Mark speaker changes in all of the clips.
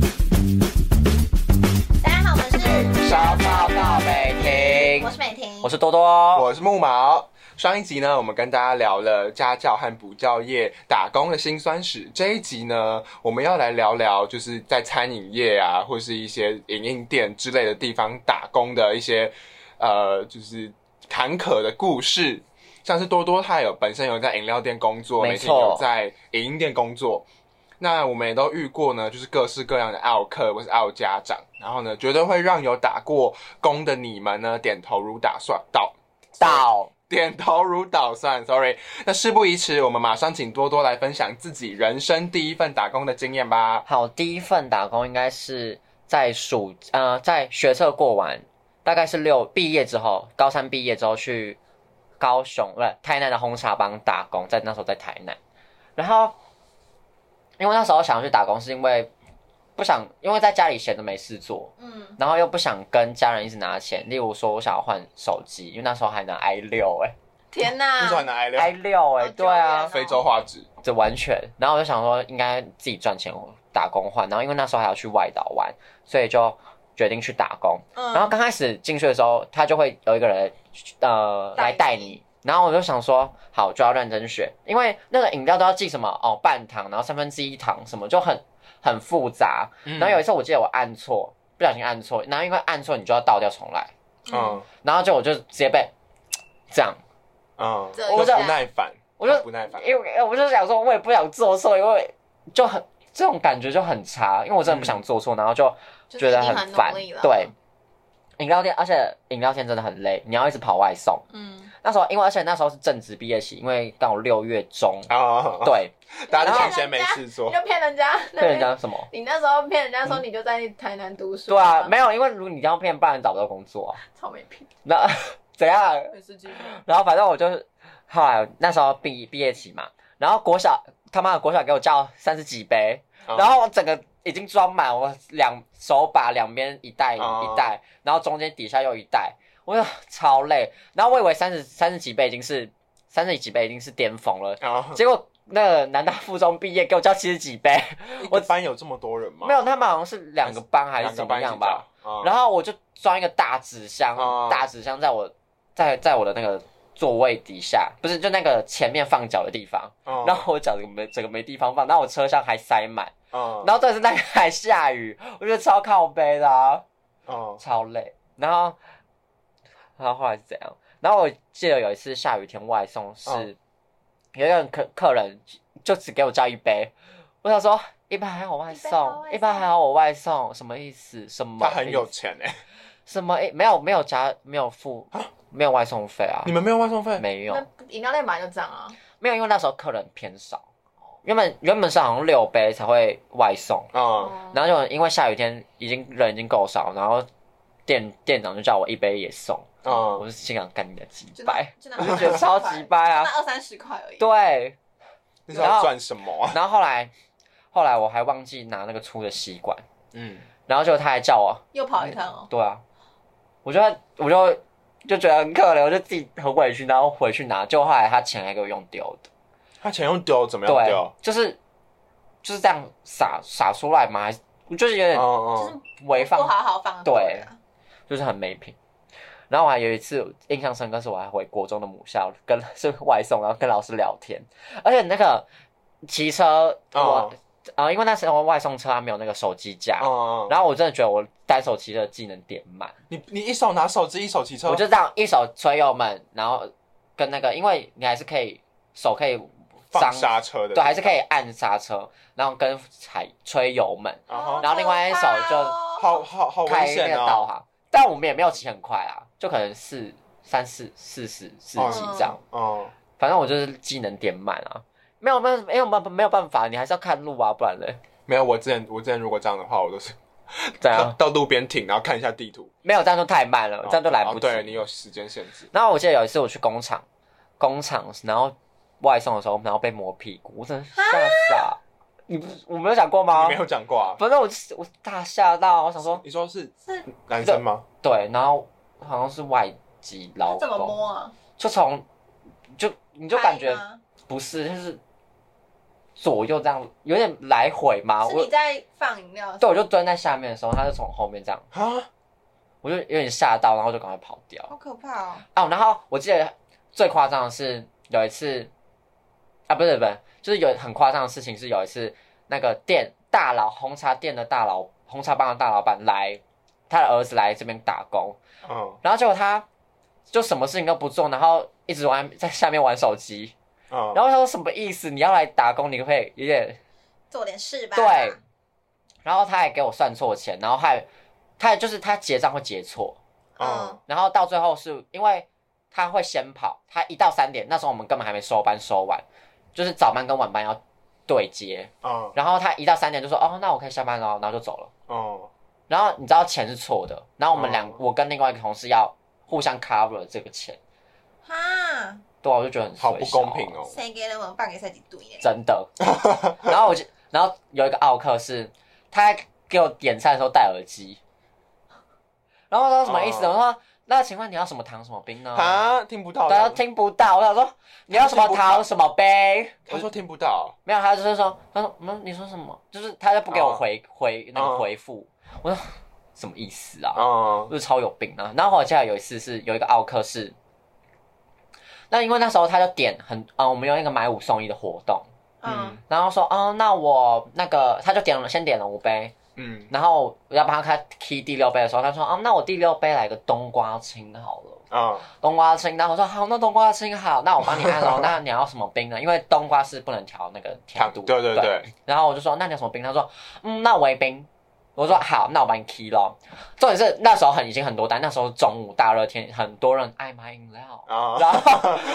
Speaker 1: 哎我是多多。
Speaker 2: 我是木毛。上一集呢，我们跟大家聊了家教和补教业打工的辛酸史。这一集呢，我们要来聊聊，就是在餐饮业啊，或是一些饮饮店之类的地方打工的一些，呃，就是坎坷的故事。像是多多，他有本身有在饮料店工作，
Speaker 1: 没
Speaker 2: 美婷
Speaker 1: 错
Speaker 2: 有在饮饮店工作。那我们也都遇过呢，就是各式各样的奥客或是奥家长，然后呢，绝对会让有打过工的你们呢点头如打算到
Speaker 1: 到
Speaker 2: 点头如捣蒜，sorry。那事不宜迟，我们马上请多多来分享自己人生第一份打工的经验吧。
Speaker 1: 好，第一份打工应该是在暑呃，在学测过完，大概是六毕业之后，高三毕业之后去高雄不、是台南的红茶帮打工，在那时候在台南。然后，因为那时候想要去打工，是因为不想，因为在家里闲着没事做，
Speaker 3: 嗯，
Speaker 1: 然后又不想跟家人一直拿钱。例如说，我想要换手机，因为那时候还拿 i 六哎、
Speaker 3: 天
Speaker 2: 那
Speaker 3: 哪
Speaker 2: 时候！很难挨聊
Speaker 1: i 六哎，
Speaker 3: 好久
Speaker 1: 对啊
Speaker 3: 远哦，
Speaker 2: 非洲画质，
Speaker 1: 这完全。然后我就想说，应该自己赚钱打工换。然后因为那时候还要去外岛玩，所以就决定去打工。
Speaker 3: 嗯
Speaker 1: 然后刚开始进去的时候，他就会有一个人呃
Speaker 3: 带
Speaker 1: 来带
Speaker 3: 你
Speaker 1: 你。然后我就想说，好就要认真学，因为那个饮料都要记什么哦，半糖，然后三分之一糖什么，就很很复杂。
Speaker 2: 然
Speaker 3: 嗯
Speaker 1: 然嗯后有一次我记得我按错，不小心按错，然后因为按错你就要倒掉重来，
Speaker 2: 嗯
Speaker 1: 然后就我就直接被这样，
Speaker 2: 嗯，
Speaker 3: 这
Speaker 2: 我
Speaker 1: 一下
Speaker 2: 不耐烦，
Speaker 1: 我就
Speaker 2: 不耐烦，
Speaker 1: 因为我就想说，我也不想做错，因为就很这种感觉就很差，因为我真的不想做错，然后就
Speaker 3: 就是已
Speaker 1: 觉得
Speaker 3: 经
Speaker 1: 很
Speaker 3: 很
Speaker 1: 烦
Speaker 3: 努力了。。
Speaker 1: 对，饮料店，而且饮料店真的很累，你要一直跑外送。
Speaker 3: 嗯，
Speaker 1: 那时候，因为而且那时候是正值毕业期，因为刚好六月中，
Speaker 2: 哦，
Speaker 1: 对，
Speaker 2: 大家都想闲没事做
Speaker 3: 你，就骗人家，那
Speaker 1: 骗人
Speaker 3: 边
Speaker 1: 家什么？
Speaker 3: 你那时候骗人家说你就在台南读书，
Speaker 1: 对啊，没有，因为如果你这样骗，不然找不到工作啊、
Speaker 3: 草莓皮，
Speaker 1: 那 怎样？
Speaker 3: 没事情。
Speaker 1: 然后反正我就是后来那时候毕毕业期嘛，然后国小他妈的国小给我叫三十几杯，
Speaker 2: 嗯
Speaker 1: 然后我整个已经装满，我两手把两边一袋
Speaker 2: 哦
Speaker 1: 一袋，然后中间底下又一袋，我就超累。然后我以为三十三十几杯已经是三十几杯已经是巅峰了，
Speaker 2: 啊，
Speaker 1: 结果那个南大附中毕业给我叫七十几杯，
Speaker 2: 我班有这么多人吗？
Speaker 1: 没有，他们好像是哦两个班还是怎么样吧。
Speaker 2: 嗯？
Speaker 1: 然后我就装一个大纸箱，
Speaker 2: 哦
Speaker 1: 大纸箱在我在在我的那个座位底下，不是就那个前面放脚的地方。
Speaker 2: 嗯
Speaker 1: 然后我脚整个没整个没地方放，然后我车厢还塞满，
Speaker 2: 嗯
Speaker 1: 然后但是那个还下雨，我觉得超靠背的、啊，
Speaker 2: 嗯
Speaker 1: 超累。然后然后后来是怎样？然后我记得有一次下雨天外送是、
Speaker 2: 嗯
Speaker 1: 有一个客客人就只给我叫一杯，我想说。一杯还好我外送，一
Speaker 3: 一杯还要外送
Speaker 1: 杯还好我外送，什么意思？什么意思？
Speaker 2: 他很有钱
Speaker 1: 欸
Speaker 2: 哎，
Speaker 1: 什么？诶，没有没有加没有付没有外送费啊
Speaker 2: 啊你？们没有外送费？
Speaker 1: 没有
Speaker 3: 那饮料店本来就这样啊，
Speaker 1: 没有，因为那时候客人偏少，原本原本是好像六杯才会外送，
Speaker 2: 嗯，
Speaker 3: 哦
Speaker 1: 然后就因为下雨天已经人已经够少，然后店店长就叫我一杯也送，
Speaker 2: 嗯
Speaker 1: 我就心想干你的几
Speaker 3: 就
Speaker 1: 百，
Speaker 3: 就那
Speaker 1: 我就觉得超级 掰啊！
Speaker 3: 那二三十块而已。
Speaker 1: 对，
Speaker 2: 那时候赚什么啊？
Speaker 1: 然后后来后来我还忘记拿那个粗的吸管，
Speaker 2: 嗯，
Speaker 1: 然后结果他还叫我，
Speaker 3: 又跑一趟哦。
Speaker 1: 对啊，我就我就就觉得很可怜，我就自己很委屈，然后回去拿，就后来他钱还给我用丢的，
Speaker 2: 他钱用丢怎么样
Speaker 1: 对
Speaker 2: 丢？，
Speaker 1: 就是就是这样撒撒出来嘛，还是就是有
Speaker 2: 嗯
Speaker 1: 点
Speaker 3: 就是
Speaker 2: 嗯，
Speaker 1: 违哦放，
Speaker 3: 不好好放
Speaker 1: 对就是很没品。然后我还有一次印象深刻，是我还回国中的母校跟是外送，然后跟老师聊天，而且那个骑车我、
Speaker 2: 哦
Speaker 1: 呃，因为那时候外送车它没有那个手机架，
Speaker 2: 嗯嗯，
Speaker 1: 然后我真的觉得我单手骑车的技能点满。
Speaker 2: 你你一手拿手机，一手骑车，
Speaker 1: 我就这样一手吹油门，然后跟那个，因为你还是可以手可以
Speaker 2: 放
Speaker 1: 张
Speaker 2: 刹车的，
Speaker 1: 对，还是可以按刹车，然后跟踩吹油门，
Speaker 2: 啊哈，
Speaker 3: 哦
Speaker 1: 然后另外一手就
Speaker 2: 好好好
Speaker 1: 开
Speaker 2: 危
Speaker 1: 那
Speaker 2: 险
Speaker 1: 个导
Speaker 2: 哦！
Speaker 1: 航。但我们也没有骑很快啊，就可能四三四四十四
Speaker 2: 嗯
Speaker 1: 几这样。
Speaker 2: 嗯，
Speaker 1: 反正我就是技能点满啊，没有没有没有办没有办法，你还是要看路啊，不 然嘞
Speaker 2: 没有，我之前我之前如果这样的话，我都是
Speaker 1: 怎
Speaker 2: 到
Speaker 1: 样？
Speaker 2: 到路边停，然后看一下地图，
Speaker 1: 没有这样就太慢啊了，这样就来不
Speaker 2: 哦
Speaker 1: 及。
Speaker 2: 对你有时间限制，
Speaker 1: 然后我记得有一次我去工厂，工厂然后外送的时候，然后被磨屁股，我真的吓
Speaker 3: 啊
Speaker 1: 傻。你不是我没有讲过吗
Speaker 2: 你没？有讲过啊？
Speaker 1: 反正我就是我大吓到，我想说
Speaker 2: 你说是
Speaker 3: 是
Speaker 2: 男生吗？
Speaker 1: 对，然后好像是外籍劳
Speaker 3: 他怎么
Speaker 1: 工，
Speaker 3: 摸啊？
Speaker 1: 就从就你就感觉
Speaker 3: 拍吗
Speaker 1: 不是，就是左右这样有点来回嘛。
Speaker 3: 是
Speaker 1: 啊我
Speaker 3: 你在放饮料的时
Speaker 1: 对，
Speaker 3: 候，
Speaker 1: 我就蹲在下面的时候，他就从后面这样，
Speaker 2: 啊，
Speaker 1: 我就有点吓到，然后就赶快跑掉。
Speaker 3: 好可怕哦！
Speaker 1: 哦，然后我记得最夸张的是有一次，啊，不是不是，就是有很夸张的事情是有一次那个店大佬红茶店的大佬红茶帮的大老板来，他的儿子来这边打工，
Speaker 2: 嗯
Speaker 1: 然后结果他就什么事情都不做，然后一直玩在下面玩手机，
Speaker 2: 嗯，
Speaker 1: 然后他说什么意思？你要来打工，你会有点
Speaker 3: 做点事吧。
Speaker 1: 对，然后他还给我算错钱，然后还他就是他结账会结错，
Speaker 2: 嗯
Speaker 1: 然后到最后是因为他会先跑，他一到三点，那时候我们根本还没收班收完，就是早班跟晚班要对接。
Speaker 2: 嗯
Speaker 1: 然后他一到三点就说：“哦，那我可以下班了。”然后就走了。
Speaker 2: 嗯
Speaker 1: 然后你知道钱是错的，然后我们两、
Speaker 2: 哦
Speaker 1: 我跟另外一个同事要互相 cover 这个钱，
Speaker 3: 哈，
Speaker 1: 对、啊，我就觉得很
Speaker 2: 好不公平
Speaker 1: 哦，
Speaker 2: 哦。
Speaker 3: 谁给了我们半个赛季对耶？
Speaker 1: 真的。然后我就，然后有一个奥克是，他给我点菜的时候戴耳机，然后我说什么意思？
Speaker 2: 哦
Speaker 1: 我说那请问你要什么糖什么冰呢？
Speaker 2: 啊，听不到
Speaker 1: 大家
Speaker 2: 的。
Speaker 1: 听不到。我想说你要什么糖什么杯，
Speaker 2: 他说听不到。
Speaker 1: 没有，他就是说，他说嗯，你说什么？就是他就不给我
Speaker 2: 哦
Speaker 1: 回、回那
Speaker 2: 哦
Speaker 1: 个回复。我说什么意思啊？
Speaker 2: 嗯
Speaker 1: 就是超有病啊！然后我记得有一次是有一个奥克是，那因为那时候他就点很啊、我们有一个买五送一的活动，
Speaker 3: 嗯，
Speaker 1: 然后说哦，那我那个他就点了先点了五杯，
Speaker 2: 嗯
Speaker 1: 然后我要帮他 key 第六杯的时候，他说哦，那我第六杯来个冬瓜青好了。
Speaker 2: 嗯
Speaker 1: 冬瓜青，然后我说好，那冬瓜青好，那我帮你按 喽。那你要什么冰呢？因为冬瓜是不能调那个甜
Speaker 2: 糖
Speaker 1: 度。
Speaker 2: 对对对，
Speaker 1: 然后我就说那你要什么冰？他说嗯，那微冰。我说好，那我帮你 key 咯。重点是那时候很已经很多单，那时候中午大热天，很多人爱买 饮料。
Speaker 2: 啊，
Speaker 1: 然后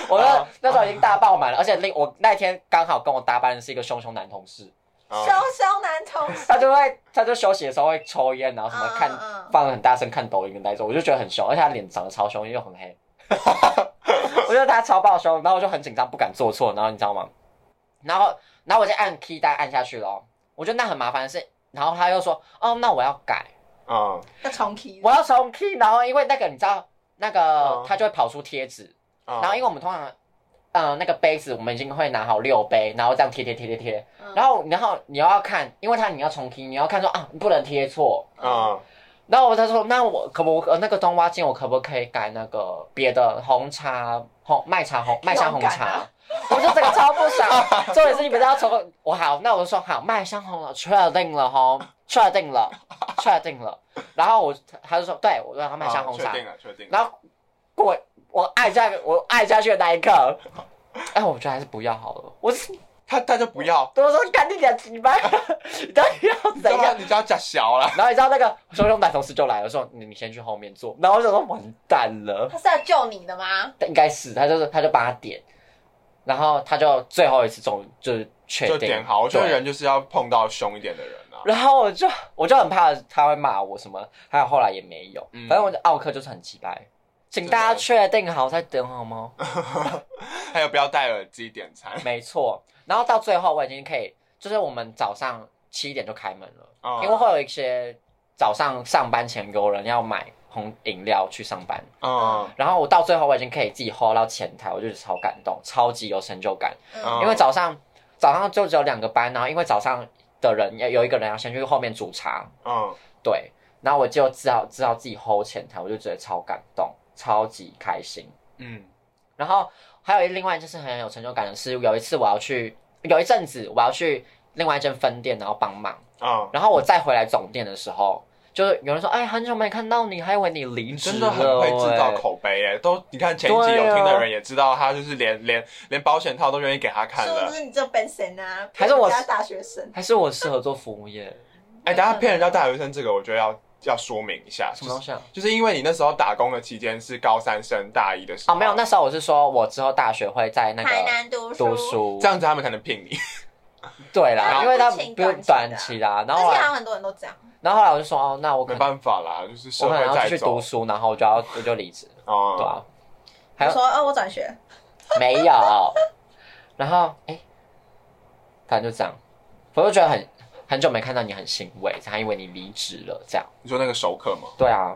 Speaker 1: 我
Speaker 2: 啊
Speaker 1: 说那时候已经大爆满了，而且另我那天刚好跟我搭班的是一个凶凶男同事，
Speaker 2: 嗯
Speaker 3: 双双男 同事。
Speaker 1: 他就会他就休息的时候会抽烟，然后什么看
Speaker 3: 嗯嗯嗯
Speaker 1: 放很大声看抖音的那种，我就觉得很凶，而且他脸长得超凶，又很黑， 我觉得他超爆凶，然后我就很紧张，不敢做错，然后你知道吗？然后然后我就按 key 单按下去了，我觉得那很麻烦的是，然后他又说哦，那我要改，
Speaker 2: 嗯
Speaker 3: 要重启。
Speaker 1: 我要重 key，然后因为那个你知道那个
Speaker 2: 嗯
Speaker 1: 他就会跑出贴纸，
Speaker 2: 嗯，
Speaker 1: 然后因为我们通常。呃，那个杯子我们已经会拿好六杯，然后这样贴贴贴贴贴，然
Speaker 3: 后
Speaker 1: 后然后你要看，因为他你要重 key，你要看说啊，你不能贴错，
Speaker 2: 嗯
Speaker 1: 然后他说：“那我可不呃那个冬瓜精，我可不可以改那个别的红茶红麦茶红麦香红
Speaker 3: 勇敢
Speaker 1: 茶
Speaker 3: 啊？”
Speaker 1: 我说这个超不爽，重点是你们知道从我好，那我就说好麦香红了，确定了吼，确定了，确定了。然后我他就说：“对，我让他麦香红
Speaker 2: 啊哦确
Speaker 1: 茶。
Speaker 2: 定了，确定了。
Speaker 1: 然后我我按下我按下去的那一刻，哎，我觉得还是不要好了。我是
Speaker 2: 他他就不要，
Speaker 1: 我说赶紧点鸡 巴，你到底要
Speaker 2: 你知
Speaker 1: 怎
Speaker 2: 道
Speaker 1: 样
Speaker 2: 吗？？你知道假小了。
Speaker 1: 然后你知道那个熊熊男同事就来了，说你你先去后面坐。然后我就说完蛋了，
Speaker 3: 他是要救你的吗？
Speaker 1: 应该是他就是他就帮他点，然后他就最后一次终于就是确
Speaker 2: 就
Speaker 1: 定
Speaker 2: 点好，我觉得
Speaker 1: 对
Speaker 2: 人就是要碰到凶一点的人 啊。
Speaker 1: 然后我就我就很怕他会骂我什么，还有后来也没有，
Speaker 2: 嗯
Speaker 1: 反正我的奥克就是很奇怪，请大家确定好再等好吗？
Speaker 2: 还有不要戴耳机点餐，
Speaker 1: 没错，然后到最后我已经可以，就是我们早上七点就开门了，
Speaker 2: 嗯
Speaker 1: 因为会有一些早上上班前有人要买红饮料去上班，
Speaker 2: 嗯
Speaker 1: 然后我到最后我已经可以自己 hold 到前台，我就是超感动，超级有成就感。
Speaker 2: 嗯
Speaker 1: 因为早上早上就只有两个班，然后因为早上的人要有一个人要先去后面煮茶，
Speaker 2: 嗯
Speaker 1: 对，然后我就只好只好自己 hold 前台，我就觉得超感动，超级开心。
Speaker 2: 嗯
Speaker 1: 然后还有另外就是很有成就感的是，有一次我要去，有一阵子我要去另外一间分店，然后帮忙，
Speaker 2: 嗯，
Speaker 1: 然后我再回来总店的时候。就是有人说，哎，很久没看到你，还以为你离
Speaker 2: 你
Speaker 1: 职了、
Speaker 2: 真的很会制造
Speaker 1: 哎
Speaker 2: 口碑诶，都你看前一集
Speaker 1: 对啊
Speaker 2: 有听的人也知道，他就是连连连保险套都愿意给他看
Speaker 3: 说不
Speaker 2: 了。
Speaker 3: 是你这本身啊，
Speaker 1: 还是我
Speaker 3: 家大学生，
Speaker 1: 还是我适合做服务业？
Speaker 2: 哎，等下骗人家大学生这个，我觉得要要说明一下，
Speaker 1: 什
Speaker 2: 就
Speaker 1: 么东
Speaker 2: 是
Speaker 1: 西啊？
Speaker 2: 就是因为你那时候打工的期间是高三升大一的时候，
Speaker 1: 哦，没有，那时候我是说我之后大学会在那
Speaker 3: 台
Speaker 1: 个
Speaker 3: 南读
Speaker 1: 读，书
Speaker 2: 这，样子他们才能 骗你。
Speaker 1: 对啦，
Speaker 3: 然
Speaker 1: 因为他
Speaker 3: 后
Speaker 1: 不是短期啦。然
Speaker 3: 而
Speaker 1: 后
Speaker 3: 且好
Speaker 1: 后
Speaker 3: 啊
Speaker 1: 来，
Speaker 3: 像很多人都这样。
Speaker 1: 然后后来我就说，哦，那我可
Speaker 2: 没
Speaker 1: 能
Speaker 2: 办法啦，就是社
Speaker 1: 我可
Speaker 2: 会
Speaker 1: 能要
Speaker 2: 在
Speaker 1: 去
Speaker 2: 走
Speaker 1: 读书，然后我就要我就离职，对
Speaker 2: 啊。
Speaker 1: 啊，还
Speaker 3: 我
Speaker 1: 有
Speaker 3: 说哦，我转学，
Speaker 1: 没有？然后哎，反正就这样，我就觉得很很久没看到你，很欣慰，还以为你离职了这样。
Speaker 2: 你说那个熟客吗？
Speaker 1: 对啊，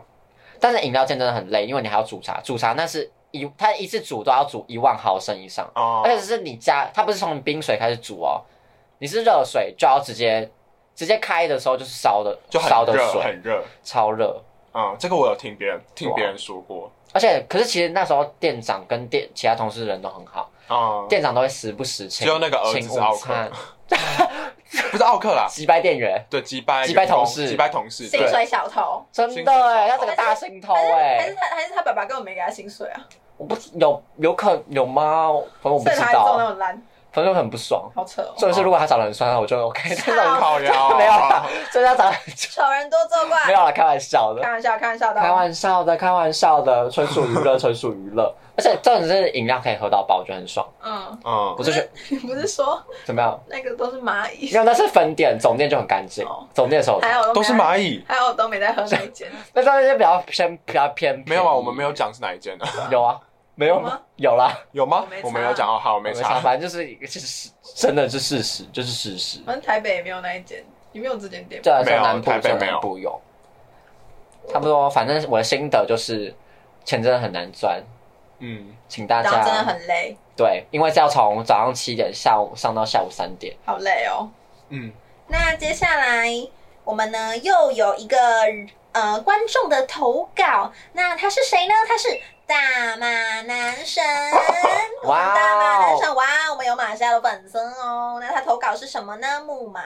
Speaker 1: 但是饮料店真的很累，因为你还要煮茶，煮茶那是一他一次煮都要煮一万毫升以上。
Speaker 2: 哦
Speaker 1: 而且是你加，它不是从冰水开始煮哦，你是热水就要直接直接开的时候就是烧的，
Speaker 2: 就很
Speaker 1: 烧的
Speaker 2: 热，
Speaker 1: 水
Speaker 2: 很热。
Speaker 1: 超热，
Speaker 2: 嗯嗯，这个我有听别人听别人说过。
Speaker 1: 而且，可是其实那时候店长跟店其他同事人都很好，
Speaker 2: 嗯，
Speaker 1: 店长都会时不时请，
Speaker 2: 只有那个儿子
Speaker 1: 请
Speaker 2: 是奥
Speaker 1: 午
Speaker 2: 克啊
Speaker 1: 餐，
Speaker 2: 不是奥克啦，
Speaker 1: 击败店员，
Speaker 2: 对，击败
Speaker 1: 击败
Speaker 2: 员工
Speaker 1: 同事
Speaker 2: 击败同事，
Speaker 3: 薪
Speaker 2: 对
Speaker 3: 水小偷，
Speaker 1: 真的哎，他整个大心头
Speaker 3: 还是还
Speaker 1: 哎
Speaker 3: 是，他还是他爸爸根本没给他薪水啊，
Speaker 1: 我不有有可有吗？反正我不
Speaker 3: 所以
Speaker 1: 知
Speaker 3: 他还做那
Speaker 1: 道，
Speaker 3: 种烂，
Speaker 1: 反正很不爽。
Speaker 3: 好扯哦。
Speaker 1: 重点是如果他长得很帅，那我就 OK，但是我
Speaker 2: 靠 腰
Speaker 1: 没有啊啦，所以他长得
Speaker 3: 丑人多作怪
Speaker 1: 没，有啦，开玩笑的
Speaker 3: 开。玩笑，开玩笑的哦。
Speaker 1: 开玩笑的，开玩笑的，纯属娱乐，纯属娱 乐。而且重点是饮料可以喝到饱，我觉得很爽。
Speaker 3: 嗯，
Speaker 2: 嗯
Speaker 1: 不 是选
Speaker 3: 你不是说
Speaker 1: 怎么样？
Speaker 3: 那个都是蚂蚁
Speaker 1: 因？为那是分店，总店就很干净
Speaker 3: 哦。
Speaker 1: 总店手，
Speaker 3: 还有
Speaker 2: 嗯都是
Speaker 3: 没
Speaker 2: 蚂蚁。
Speaker 3: 还有都没在喝那一间，
Speaker 1: 那当然就比较偏比较偏。
Speaker 2: 没有啊，我们没
Speaker 1: 有。
Speaker 2: 有讲是哪一间啊？
Speaker 1: 有啊，没有
Speaker 3: 有吗？
Speaker 1: 有啦，
Speaker 2: 有吗
Speaker 3: 我没？查
Speaker 2: 我没有讲哦，好，我没
Speaker 1: 差，
Speaker 2: 查。
Speaker 1: 反正就是一个是真的是事实，就是事实。
Speaker 3: 反正台北也没有那一间，你没有啊这间店吧。
Speaker 1: 这
Speaker 2: 没有
Speaker 1: 南部
Speaker 2: 台北
Speaker 1: 中
Speaker 2: 没有
Speaker 1: 南部有，差不多。反正我的心得就是，钱真的很难赚，
Speaker 2: 嗯，
Speaker 1: 请大
Speaker 3: 然后真的
Speaker 1: 家
Speaker 3: 很累，
Speaker 1: 对，因为是要从早上七点下午上到下午三点。
Speaker 3: 好累哦。
Speaker 2: 嗯，
Speaker 3: 那接下来我们呢又有一个呃观众的投稿，那他是谁呢？他是大马男 神，我们大马男
Speaker 1: 哦
Speaker 3: 神，哇，哦我们有马来西亚的本身哦。那他投稿是什么呢？木毛，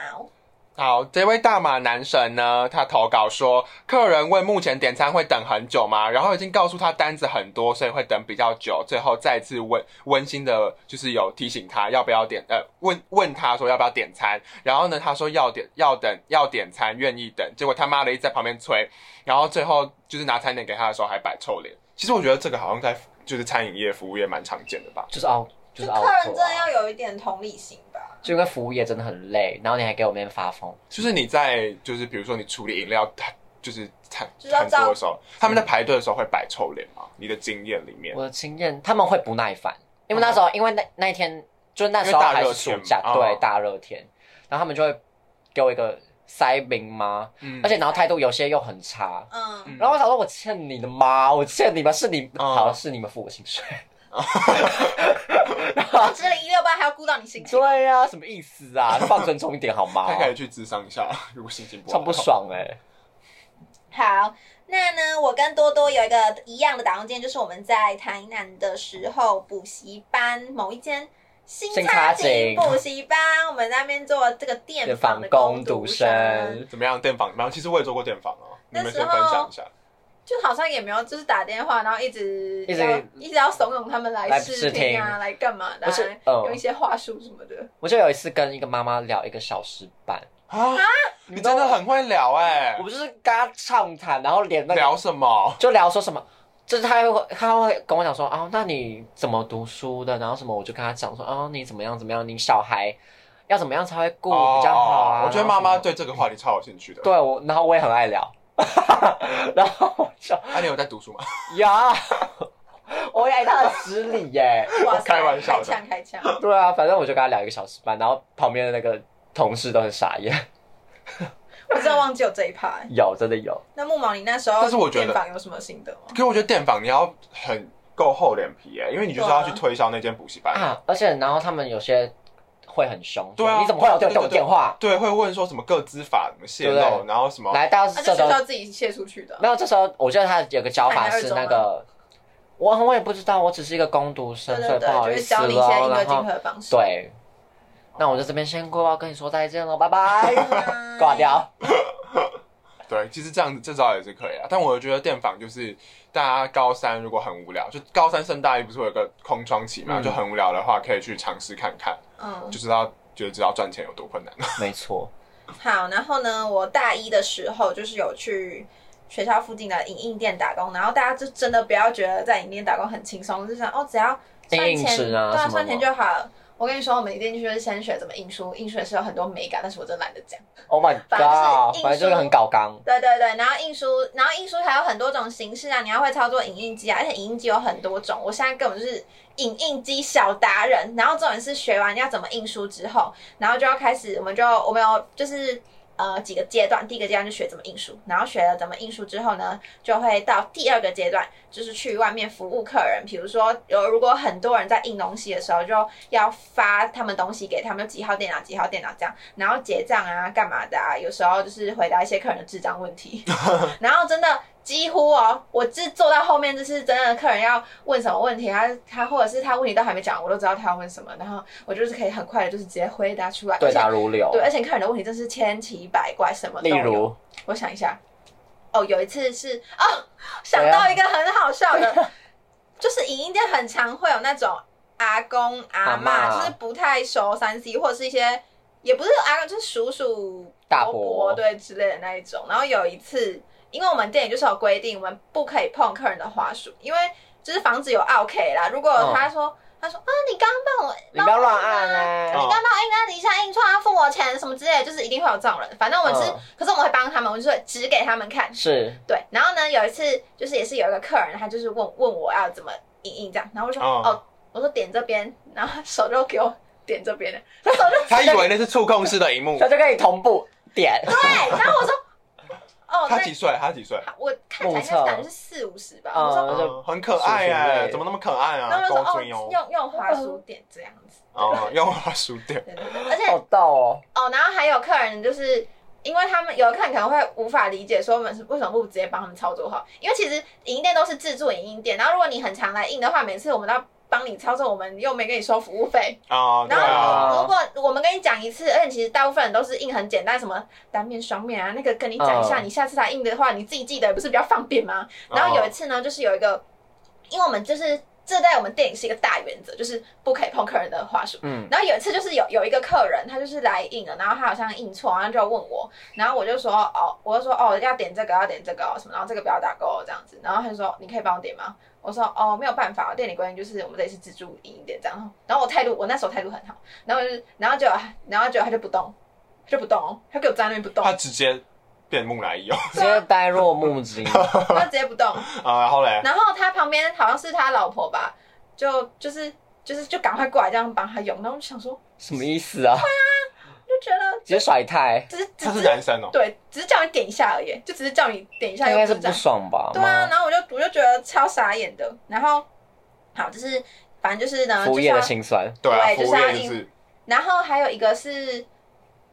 Speaker 2: 好，这位大马男神呢，他投稿说，客人问目前点餐会等很久吗？然后已经告诉他单子很多，所以会等比较久。最后再次温温馨的，就是有提醒他要不要点，呃，问问他说要不要点餐。然后呢，他说要点，要等，要点餐，愿意等。结果他妈的一直在旁边催，然后最后就是拿餐点给他的时候还摆臭脸。其实我觉得这个好像在就是餐饮业、服务业蛮常见的吧。
Speaker 1: 就是熬，
Speaker 3: 就
Speaker 1: 就
Speaker 3: 是
Speaker 1: 熬
Speaker 3: 客人真
Speaker 1: 错、
Speaker 3: 的
Speaker 1: 啊，
Speaker 3: 要有一点同理心吧。
Speaker 1: 就因为服务业真的很累，然后你还给我面发疯，
Speaker 2: 就是你在就是比如说你处理饮料，就是很
Speaker 3: 就是要
Speaker 2: 很多
Speaker 3: 照
Speaker 2: 的时候，他们在排队的时候会摆臭脸吗？你的经验里面，
Speaker 1: 我的经验他们会不耐烦，因为那时候、因为那那一天就那时候
Speaker 2: 因为大
Speaker 1: 还
Speaker 2: 热
Speaker 1: 是暑
Speaker 2: 天
Speaker 1: 假，
Speaker 2: 嘛
Speaker 1: 对
Speaker 2: 哦
Speaker 1: 大热天，然后他们就会给我一个塞饼吗？
Speaker 2: 嗯
Speaker 1: 而且然后态度有些又很差。
Speaker 3: 嗯，
Speaker 1: 然后我想说，我欠你的吗？我欠你吗？是你、
Speaker 2: 哦
Speaker 1: 好，是你们付我薪 水。
Speaker 3: 只零一六八还要顾到你心情，
Speaker 1: 对呀、什么意思啊？放尊重一点好 吗
Speaker 2: 他？可以去智商一下， 如果心情不好，
Speaker 1: 超不爽哎、
Speaker 3: 好，那呢，我跟多多有一个一样的打工经验，就是我们在台南的时候补习班某一间新
Speaker 1: 新
Speaker 3: 插
Speaker 1: 插
Speaker 3: 井
Speaker 1: 井
Speaker 3: 补习班，我们在那边做这个电
Speaker 1: 电
Speaker 3: 访
Speaker 1: 访
Speaker 3: 的
Speaker 1: 工
Speaker 3: 读
Speaker 1: 读生，
Speaker 2: 怎么样？电访怎么样？其实我也做过电访哦，你
Speaker 3: 那
Speaker 2: 们
Speaker 3: 时候
Speaker 2: 先分享一下。
Speaker 3: 就好像也没有就是打电话，然后一直
Speaker 1: 一直
Speaker 3: 要一直要怂恿他们来
Speaker 1: 来
Speaker 3: 试
Speaker 1: 试
Speaker 3: 听啊，
Speaker 1: 听
Speaker 3: 来干嘛的、
Speaker 1: 不
Speaker 3: 啊
Speaker 1: 是，嗯
Speaker 3: 用一些话术什么的。
Speaker 1: 我就有一次跟一个妈妈聊一个小时半，
Speaker 2: 啊，你真的很会聊哎
Speaker 1: 我，不就是跟她畅谈，然后连那个
Speaker 2: 聊什么？
Speaker 1: 就聊说什么，就是他会他会跟我讲说，哦，那你怎么读书的？然后什么，我就跟他讲说，哦，你怎么样怎么样，你小孩要怎么样才会顾比较好啊？
Speaker 2: 哦我觉得妈妈
Speaker 1: 然后什么
Speaker 2: 对这个话题超有兴趣的。
Speaker 1: 对我，然后我也很爱聊， 然后我就
Speaker 2: 啊，你有在读书吗？
Speaker 1: 呀，我也爱他的失礼耶。
Speaker 3: 哇塞，
Speaker 2: 开玩笑
Speaker 3: 开
Speaker 2: 的
Speaker 3: 枪开枪。
Speaker 1: 对啊，反正我就跟他聊一个小时半，然后旁边的那个同事都很傻眼，
Speaker 3: 我真的忘记有这一趴、欸。
Speaker 1: 有真的有，
Speaker 3: 那木毛，你那时候
Speaker 2: 但是我觉得
Speaker 3: 电访有什么心得吗？
Speaker 2: 可是我觉得电访你要很够厚脸皮哎，因为你就是要去推销那间补习班
Speaker 1: 啊，而且然后他们有些会很凶，
Speaker 2: 对啊
Speaker 1: 你怎么会有这种
Speaker 2: 对对对
Speaker 1: 电话？
Speaker 2: 对，会问说什么各资法怎么泄
Speaker 1: 对不
Speaker 2: 露，
Speaker 1: 对啊
Speaker 2: 然后什么
Speaker 1: 来，大家
Speaker 3: 那、
Speaker 1: 这
Speaker 3: 啊就
Speaker 1: 时
Speaker 3: 学
Speaker 1: 候
Speaker 3: 校自己切出去的啊。
Speaker 1: 没有，这时候我记得他有个教法是那
Speaker 3: 是海南二
Speaker 1: 个，我我也不知道，我只是一个攻读生，
Speaker 3: 对
Speaker 1: 所
Speaker 3: 对
Speaker 1: 以
Speaker 3: 对，
Speaker 1: 不好
Speaker 3: 就
Speaker 1: 意
Speaker 3: 是
Speaker 1: 思
Speaker 3: 教你一些
Speaker 1: 喽。
Speaker 3: 应对
Speaker 1: 然
Speaker 3: 进
Speaker 1: 后
Speaker 3: 退的方式。
Speaker 1: 对，那我就这边先过要跟你说再见了，拜 拜，
Speaker 3: 拜
Speaker 1: 挂掉。
Speaker 2: 对，其实这样子至少也是可以啊。但我觉得电访就是大家高三如果很无聊，就高三升大一不是会有个空窗期嘛，
Speaker 1: 嗯
Speaker 2: 就很无聊的话，可以去尝试看看，
Speaker 3: 嗯，
Speaker 2: 就知道就知道赚钱有多困难。
Speaker 1: 没错，
Speaker 3: 好，然后呢，我大一的时候就是有去学校附近的影印店打工，然后大家就真的不要觉得在影印店打工很轻松，就想哦，只要算
Speaker 1: 印印
Speaker 3: 钱，
Speaker 1: 纸啊
Speaker 3: 对啊，
Speaker 1: 什么
Speaker 3: 算钱
Speaker 1: 的
Speaker 3: 就好了。我跟你说，我们一定就是先学怎么印书，印书也是有很多美感，但是我真的懒得讲。
Speaker 1: ，Oh my
Speaker 3: 反正就是
Speaker 1: god，
Speaker 3: 印
Speaker 1: 反正就是
Speaker 3: 书
Speaker 1: 很搞刚，
Speaker 3: 对对对，然后印书，然后印书还有很多种形式啊，你要会操作影印机啊，而且影印机有很多种，我现在根本就是影印机小达人。然后重点是学完要怎么印书之后，然后就要开始，我们就我们有就是。呃，几个阶段，第一个阶段就学怎么印书，然后学了怎么印书之后呢，就会到第二个阶段，就是去外面服务客人。比如说，有如果很多人在印东西的时候，就要发他们东西给他们，几号电脑、几号电脑这样，然后结账啊、干嘛的啊，有时候就是回答一些客人的智障问题。然后真的几乎哦，我是做到后面，就是真的客人要问什么问题，他他或者是他问题都还没讲，我都知道他要问什么，然后我就是可以很快的，就是直接回答出来。
Speaker 1: 对答
Speaker 3: 而
Speaker 1: 如流
Speaker 3: 且。对，而且客人的问题真是千奇百怪，什么都
Speaker 1: 例
Speaker 3: 有。
Speaker 1: 如，
Speaker 3: 我想一下，哦，有一次是哦，想到一个很好笑的， 就是影音店很常会有那种阿公阿
Speaker 1: 阿
Speaker 3: 妈，
Speaker 1: 嬷
Speaker 3: 就是不太熟三 C 或者是一些也不是阿公，就是叔叔
Speaker 1: 大
Speaker 3: 伯
Speaker 1: 伯
Speaker 3: 对之类的那一种。然后有一次，因为我们店里就是有规定，我们不可以碰客人的花束，因为就是防止有 OK 啦。如果
Speaker 1: 嗯
Speaker 3: 他说、他说啊，你刚刚帮我，
Speaker 1: 你不要乱
Speaker 3: 帮我
Speaker 1: 按
Speaker 3: 拿
Speaker 1: 啊！
Speaker 2: 哦
Speaker 3: 你刚到印那底下印错，他付我钱什么之类的，就是一定会有这种人。反正我们是，
Speaker 1: 嗯
Speaker 3: 可是我们会帮他们，我就是会指给他们看。
Speaker 1: 是
Speaker 3: 对，然后呢，有一次就是也是有一个客人，他就是问问我要怎么印印这样，然后我说
Speaker 2: 哦
Speaker 3: 哦我说点这边，然后他手就给我点这边了，他手就
Speaker 2: 他以为那是触控式 的荧幕
Speaker 1: 他。就跟你同步点，
Speaker 3: 对，然后我说哦，
Speaker 2: 他
Speaker 3: 那
Speaker 2: 几岁？他几岁？
Speaker 3: 他我看起来应该是感觉是四五十吧，
Speaker 1: 目测
Speaker 3: 我说。
Speaker 1: 嗯
Speaker 2: 嗯很可爱
Speaker 1: 叔叔
Speaker 2: 哎，
Speaker 1: 类
Speaker 2: 怎么那么可爱
Speaker 3: 然
Speaker 2: 啊？
Speaker 3: 后就说哦，
Speaker 2: 高追哦，
Speaker 3: 用用滑鼠点这样子，
Speaker 2: 哦，用花鼠点。
Speaker 3: 对对对，而且
Speaker 1: 好逗哦！
Speaker 3: 哦，然后还有客人就是。因为他们有的客人可能会无法理解，说我们是为什么不直接帮他们操作好？因为其实影音店都是自助影音店，然后如果你很常来印的话，每次我们都要帮你操作，我们又没给你收服务费。
Speaker 2: 哦，对
Speaker 3: 然
Speaker 2: 啊，
Speaker 3: 后如果我们跟你讲一次，而且其实大部分人都是印很简单，什么单面、双面啊，那个跟你讲一下，
Speaker 1: 嗯
Speaker 3: 你下次来印的话，你自己记得不是比较方便吗？然后有一次呢，就是有一个，因为我们就是这在我们店里是一个大原则，就是不可以碰客人的话术。
Speaker 1: 嗯，
Speaker 3: 然后有一次就是有有一个客人，他就是来印了，然后他好像印错，然后就问我，然后我就说哦，我就说哦要点这个要点这个、哦、什么，然后这个不要打勾哦这样子，然后他就说你可以帮我点吗？我说哦没有办法，我店里规定就是哦我们哦这里是自助印一点这样，然后我态度我那时候态度很好，然后就是哦然后就然后就他就不动，他就不动哦，他给我站在那边不动
Speaker 2: 他，直接变木乃伊哦。
Speaker 1: 直接呆若木鸡。
Speaker 3: 他直接不动，
Speaker 2: 啊，然后嘞，
Speaker 3: 然后他旁边好像是他老婆吧，就就是就是哦就赶快过来这样帮他用，然后我就想说
Speaker 1: 什么意思啊？
Speaker 3: 就觉得
Speaker 1: 直接甩太，
Speaker 3: 只是只
Speaker 2: 他是
Speaker 3: 是
Speaker 2: 男生哦。
Speaker 3: 对，只是叫你点一下而已，就只是叫你点一下，
Speaker 1: 他应该是
Speaker 3: 又不
Speaker 1: 不
Speaker 3: 这样
Speaker 1: 爽吧？
Speaker 3: 对啊，
Speaker 1: 妈，
Speaker 3: 然后我就我就觉得超傻眼的。然后好，就是反正就是呢，
Speaker 1: 服务
Speaker 3: 就是
Speaker 1: 业
Speaker 3: 要
Speaker 1: 的辛酸，
Speaker 2: 对啊，
Speaker 3: 对
Speaker 2: 服
Speaker 3: 就是
Speaker 2: 务
Speaker 3: 要
Speaker 2: 业就
Speaker 3: 应
Speaker 2: 是
Speaker 3: 然后还有一个是，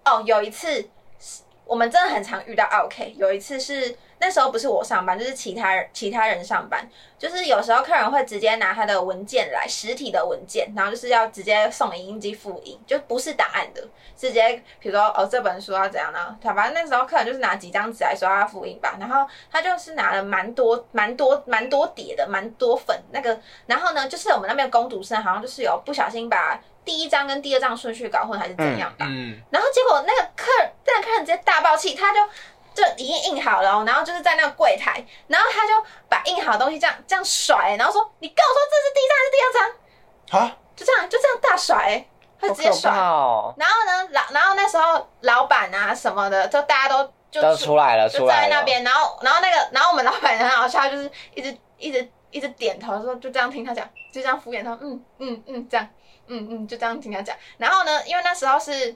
Speaker 3: 哦，有一次是我们真的很常遇到 OK。有一次是那时候不是我上班，就是其他人其他人上班，就是有时候客人会直接拿他的文件来，实体的文件，然后就是要直接送影音机复印，就不是档案的，是直接比如说哦这本书要怎样呢？他反正那时候客人就是拿几张纸来说要复印吧，然后他就是拿了蛮多蛮多蛮多叠的，蛮多份那个，然后呢就是我们那边工读生好像就是有不小心把。第一章跟第二章顺序搞混还是怎样吧，
Speaker 2: 嗯，
Speaker 3: 然后结果那个客人，那个客人直接大爆气，他就就已经印好了、哦，然后就是在那个柜台，然后他就把印好的东西这样这样甩，然后说：“你跟我说这是第一张还是第二张
Speaker 2: 啊，？”
Speaker 3: 就这样就这样大甩，他
Speaker 1: 好
Speaker 3: 直接
Speaker 1: 可
Speaker 3: 甩。
Speaker 1: 怕哦！
Speaker 3: 然后呢，老然后那时候老板啊什么的，就大家都就
Speaker 1: 都出来了，
Speaker 3: 就
Speaker 1: 出
Speaker 3: 站在
Speaker 1: 来
Speaker 3: 那
Speaker 1: 了。
Speaker 3: 边，然后然后那个然后我们老板很好笑，他就是一直一直一直点头说就这样听他讲，就这样敷衍他，嗯嗯嗯这样，嗯嗯就这样听他讲。然后呢，因为那时候是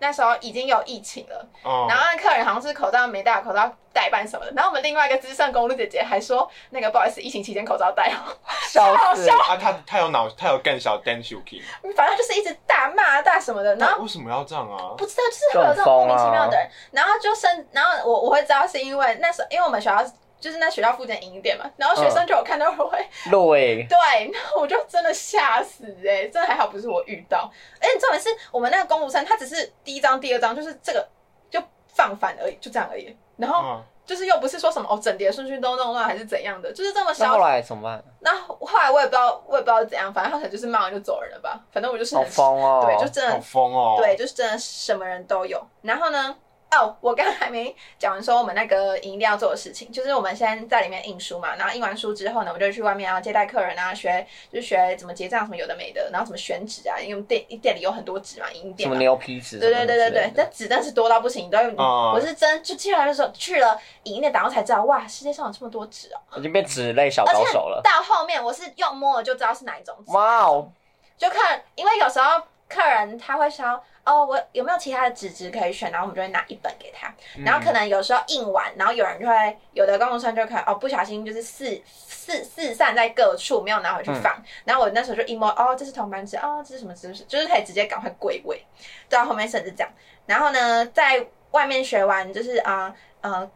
Speaker 3: 那时候已经有疫情了，
Speaker 2: 哦
Speaker 3: 然后那客人好像是口罩没戴，口罩代办什么的。然后我们另外一个资深公路姐姐还说那个不好意思，疫情期间口罩戴哦，
Speaker 1: 笑死！
Speaker 2: 啊，他他有脑，他有更小 Dan Shuki，
Speaker 3: 反正就是一直大骂大什么的，然后
Speaker 2: 那为什么要这样啊？
Speaker 3: 不知道，就是会有这种莫名其
Speaker 1: 啊
Speaker 3: 妙的人。然后就生，然后我我会知道是因为那时候，因为我们学校就是那学校附近的营店嘛，然后学
Speaker 1: 嗯
Speaker 3: 生就有看到我会、
Speaker 1: 录影
Speaker 3: 对，然后我就真的吓死哎、欸，真的还好不是我遇到。而且重点是我们那个公务生，他只是第一章、第二章就是这个就放反而已，就这样而已。然后
Speaker 2: 嗯，
Speaker 3: 就是又不是说什么哦，整叠顺序都弄乱还是怎样的，就是这么
Speaker 1: 那后
Speaker 3: 小。
Speaker 1: 来怎么办？
Speaker 3: 那后来我也不知道，我也不知道怎样，反正他可能就是骂完就走人了吧。反正我就是
Speaker 1: 好
Speaker 3: 很
Speaker 1: 疯哦！
Speaker 3: 对，就真的
Speaker 2: 好疯哦。
Speaker 3: 嗯对，，就是真的什么人都有。然后呢，哦，我刚刚还没讲完说我们那个一定要做的事情，就是我们先在里面印书嘛，然后印完书之后呢，我们就去外面啊接待客人啊，学就是学怎么结账什么有的没的，然后怎么选纸啊，因为我们店店里有很多纸嘛，银
Speaker 1: 什
Speaker 3: 店
Speaker 1: 么
Speaker 3: 嘛。
Speaker 1: 牛皮纸什
Speaker 3: 对
Speaker 1: 么之
Speaker 3: 对
Speaker 1: 类的？
Speaker 3: 啊对对对，那纸真是多到不行，都、
Speaker 2: 哦
Speaker 3: 我是真就去了的时候去了影店打工才知道，哇，世界上有这么多纸哦！
Speaker 1: 我已经变纸类小
Speaker 3: 而
Speaker 1: 高
Speaker 3: 且
Speaker 1: 手了。
Speaker 3: 到后面我是用摸了就知道是哪一种纸，
Speaker 1: 哇哦！
Speaker 3: 就看，因为有时候客人他会说，哦，我有没有其他的纸质可以选，然后我们就会拿一本给他，
Speaker 2: 嗯
Speaker 3: 然
Speaker 1: 嗯
Speaker 3: 后可能有时候印完，然后有人就会，有的公共生就可能哦不小心就是四四四散在各处，没有拿
Speaker 1: 嗯
Speaker 3: 回去放，然后我那时候就一摸，哦，这是铜板纸，哦，这是什么纸，就是可以直接赶快归位，啊到后面甚至这样，然后呢，在外面学完就是啊呃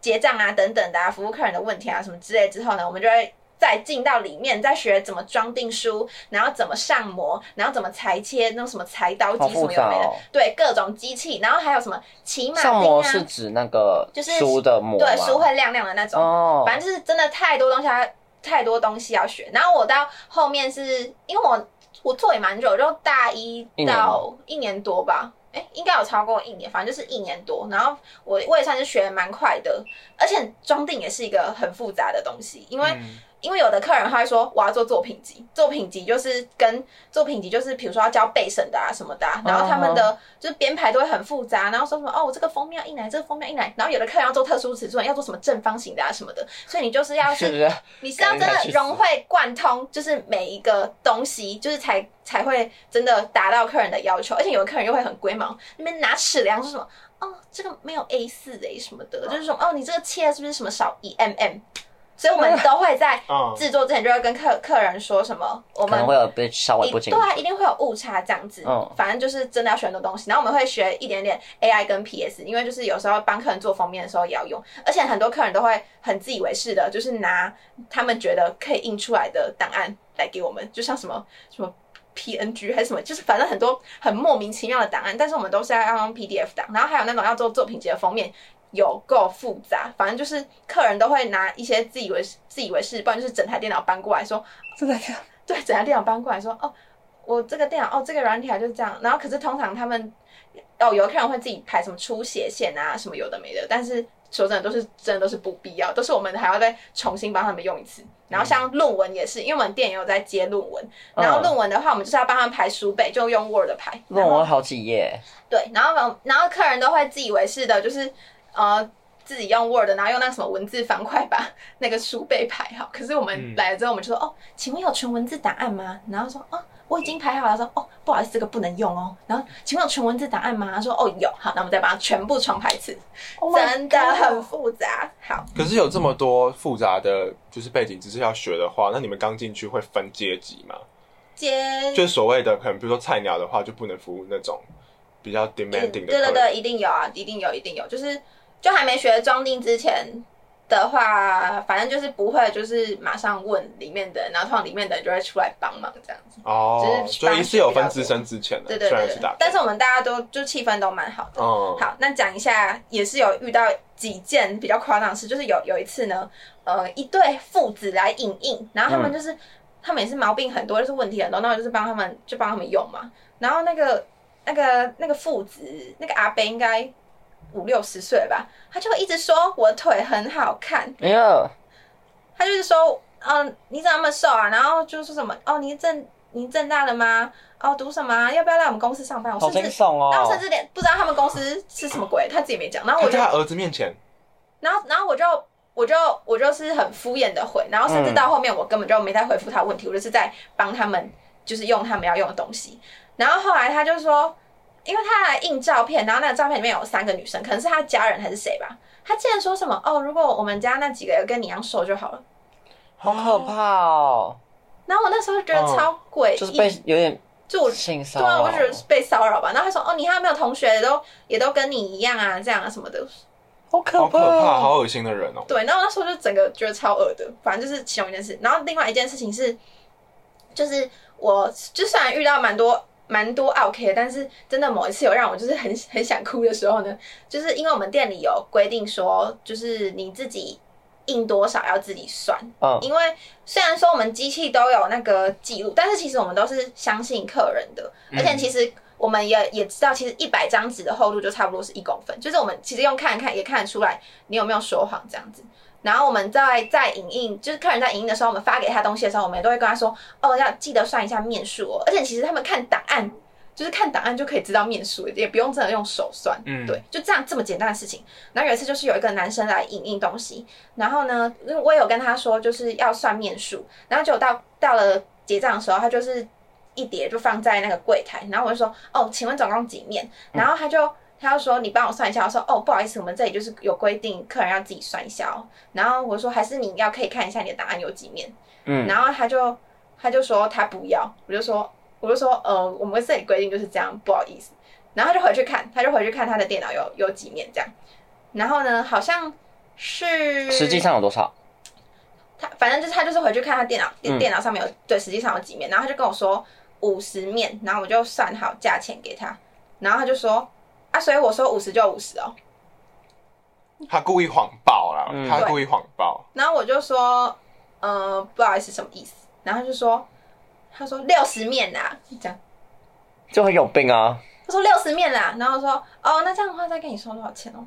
Speaker 3: 结账啊等等的啊，服务客人的问题啊什么之类之后呢，我们就会。再进到里面，再学怎么装订书，然后怎么上模，然后怎么裁切，那种什么裁刀
Speaker 1: 好
Speaker 3: 机什
Speaker 1: 复
Speaker 3: 么有的
Speaker 1: 杂
Speaker 3: 没的，
Speaker 1: 哦。
Speaker 3: 对，各种机器，然后还有什么骑马
Speaker 1: 上
Speaker 3: 钉
Speaker 1: 膜
Speaker 3: 啊，
Speaker 1: 是指那个
Speaker 3: 就是
Speaker 1: 书的膜吗，
Speaker 3: 对，书会亮亮的那种。
Speaker 1: 哦，
Speaker 3: 反正就是真的太多东西要，太多东西要学。然后我到后面是因为我我做也蛮久，就大一
Speaker 1: 一年
Speaker 3: 到
Speaker 1: 吗
Speaker 3: 一年多吧，哎、应该有超过一年，反正就是一年多。然后我我也算是学的蛮快的，而且装订也是一个很复杂的东西，因为、
Speaker 2: 嗯
Speaker 3: 因为有的客人他会说我要做作品集，作品集就是跟作品集就是比如说要教备审的啊什么的、啊，然后他们的就是编排都会很复杂，然后说什么哦我这个封面要印来，这个封面印来，然后有的客人要做特殊尺寸，要做什么正方形的啊什么的，所以你就是要
Speaker 1: 是不
Speaker 3: 是
Speaker 1: 是？
Speaker 3: 你是要真的融会贯通，就是每一个东西，就是才才会真的达到客人的要求，而且有的客人又会很龟毛，那边拿尺量说什么。哦，这个没有 A 四的什么的，就是说哦，你这个切是不是什么少一 mm？所以我们都会在
Speaker 2: 嗯，
Speaker 3: 制作之前就会跟客客人说什么，我
Speaker 1: 可
Speaker 3: 们
Speaker 1: 能会有被稍微
Speaker 3: 一
Speaker 1: 不清
Speaker 3: 对
Speaker 1: 楚。
Speaker 3: 啊，一定会有误差这样子。
Speaker 1: 嗯
Speaker 3: 反正就是真的要学很多东西，然后我们会学一点点 AI 跟 PS，因为就是有时候帮客人做封面的时候也要用，而且很多客人都会很自以为是的，就是拿他们觉得可以印出来的档案来给我们，就像什么什么。PNG 还是什么，就是反正很多很莫名其妙的档案，但是我们都是要要用 PDF 档，然后还有那种要做作品集的封面，有够复杂。反正就是客人都会拿一些自以为是自以为是，不然就是整台电脑搬过来说，
Speaker 1: 真的假的
Speaker 3: 对，整台电脑搬过来说，哦，我这个电脑，哦，这个软体啊就是这样。然后可是通常他们，哦，有的客人会自己排什么出血线啊，什么有的没的，但是说真的都是真的都是不必要，都是我们还要再重新帮他们用一次。然后像论文也是，因为我们店也有在接论文，然后
Speaker 1: 嗯
Speaker 3: 论文的话，我们就是要帮他们排书背，就用 Word 排。然
Speaker 1: 论
Speaker 3: 后
Speaker 1: 文好几页，
Speaker 3: 对，然后然后客人都会自以为是的，就是呃自己用 Word，然后用那个什么文字方块把 那个书背排好。可是我们
Speaker 2: 嗯
Speaker 3: 来了之后，我们就说、哦，请问有纯文字档案吗？然后说哦，我已经排好了。说哦，不好意思，这个不能用哦。然后请问有纯文字档案吗？他说哦有，好，那我们再把它全部重排一次
Speaker 1: Oh my
Speaker 3: 真的很
Speaker 1: God
Speaker 3: 复杂。好，
Speaker 2: 可是有这么多复杂的就是背景知识要学的话，那你们刚进去会分阶级吗？
Speaker 3: 接
Speaker 2: 就是所谓的可能，比如说菜鸟的话，就不能服务那种比较
Speaker 3: 嗯
Speaker 2: demanding
Speaker 3: 对
Speaker 2: 的客
Speaker 3: 对
Speaker 2: 人。
Speaker 3: 对，一定有啊，一定有，一定有。就是就还没学装订之前的话，反正就是不会，就是马上问里面的人，然后通常里面的人就会出来帮忙这样子。
Speaker 2: 哦，
Speaker 3: 就是
Speaker 2: 所以是有分资
Speaker 3: 帮
Speaker 2: 深之前的，
Speaker 3: 对对
Speaker 2: 虽
Speaker 3: 对
Speaker 2: 然是
Speaker 3: 对
Speaker 2: 打工，
Speaker 3: 但是我们大家都就气氛都蛮好的。
Speaker 2: 嗯，
Speaker 3: 好，那讲一下，也是有遇到几件比较夸张的事，就是有有一次呢，呃，一对父子来影印，然后他们就是、他们也是毛病很多，就是问题很多，那我就是帮他们就帮他们用嘛。然后那个那个那个父子那个阿伯应该五六十岁吧，他就一直说我腿很好看，
Speaker 1: 哎呀，
Speaker 3: 他就是说，嗯，你怎么那么瘦啊？然后就说什么，哦，你正你正大了吗？哦，读什么啊、要不要来我们公司上班？
Speaker 1: 好
Speaker 3: 我甚
Speaker 1: 惊
Speaker 3: 至
Speaker 1: 悚
Speaker 3: 然后甚
Speaker 1: 哦！
Speaker 3: 至连不知道他们公司是什么鬼，他自己没讲。然后
Speaker 2: 他
Speaker 3: 我就
Speaker 2: 在，他儿子面前，
Speaker 3: 然后然后我就我就我就是很敷衍的回，然后
Speaker 1: 嗯
Speaker 3: 甚至到后面我根本就没再回复他问题，我就是在帮他们，就是用他们要用的东西。然后后来他就说，因为他来印照片，然后那个照片里面有三个女生，可能是他家人还是谁吧。他竟然说什么哦，如果我们家那几个跟你一样瘦就好了。
Speaker 1: 好可怕哦！
Speaker 3: 然后我那时候就觉得超诡异，
Speaker 1: 嗯就是被有点
Speaker 3: 就我
Speaker 1: 性骚
Speaker 3: 对啊，
Speaker 1: 扰
Speaker 3: 我就觉得是被骚扰吧。然后他说：“哦，你还有没有同学也都也都跟你一样啊，这样啊什么的。
Speaker 1: 好可
Speaker 2: 好可怕，
Speaker 1: 怕，
Speaker 2: 好恶心的人哦”。
Speaker 3: 对，然后我那时候就整个觉得超恶的。反正就是其中一件事，然后另外一件事情是，就是我就虽然遇到蛮多蛮多 OK 的，但是真的某一次有让我就是很 很想哭的时候呢，就是因为我们店里有规定说，就是你自己印多少要自己算，
Speaker 1: 嗯，
Speaker 3: 因为虽然说我们机器都有那个记录，但是其实我们都是相信客人的，
Speaker 2: 嗯
Speaker 3: 而且其实我们也也知道，其实一百张纸的厚度就差不多是一公分，就是我们其实用看看也看得出来你有没有说谎这样子。然后我们在在影印，就是客人在影印的时候，我们发给他东西的时候，我们也都会跟他说，哦，要记得算一下面数哦。而且其实他们看档案，就是看档案就可以知道面数，也不用真的用手算。
Speaker 2: 嗯
Speaker 3: 对，就这样这么简单的事情。然后有一次就是有一个男生来影印东西，然后呢，因为我有跟他说就是要算面数，然后结果到到了结账的时候，他就是一叠就放在那个柜台，然后我就说哦，请问总共几面？然后他就。他就说：“你帮我算一下。”我说：“哦，不好意思，我们这里就是有规定，客人要自己算一下哦。”然后我说：“还是你要可以看一下你的档案有几面。”
Speaker 1: 嗯
Speaker 3: 然后他就他就说他不要，我就说我就说呃，我们这里规定就是这样，不好意思。然后他就回去看，他就回去看他的电脑有有几面这样。然后呢，好像是
Speaker 1: 实际上有多少？
Speaker 3: 他反正就是他就是回去看他电脑，
Speaker 1: 嗯
Speaker 3: 电脑上面有对，实际上有几面，然后他就跟我说五十面，然后我就算好价钱给他，然后他就说啊，所以我说五十就五十哦，
Speaker 2: 他故意谎报啦，
Speaker 1: 嗯
Speaker 2: 他故意谎报，
Speaker 3: 然后我就说呃不好意思什么意思，然后他就说他说六十面啦，这样
Speaker 1: 就很有病啊！
Speaker 3: 他说六十面啦，然后我说哦那这样的话再跟你说多少钱哦，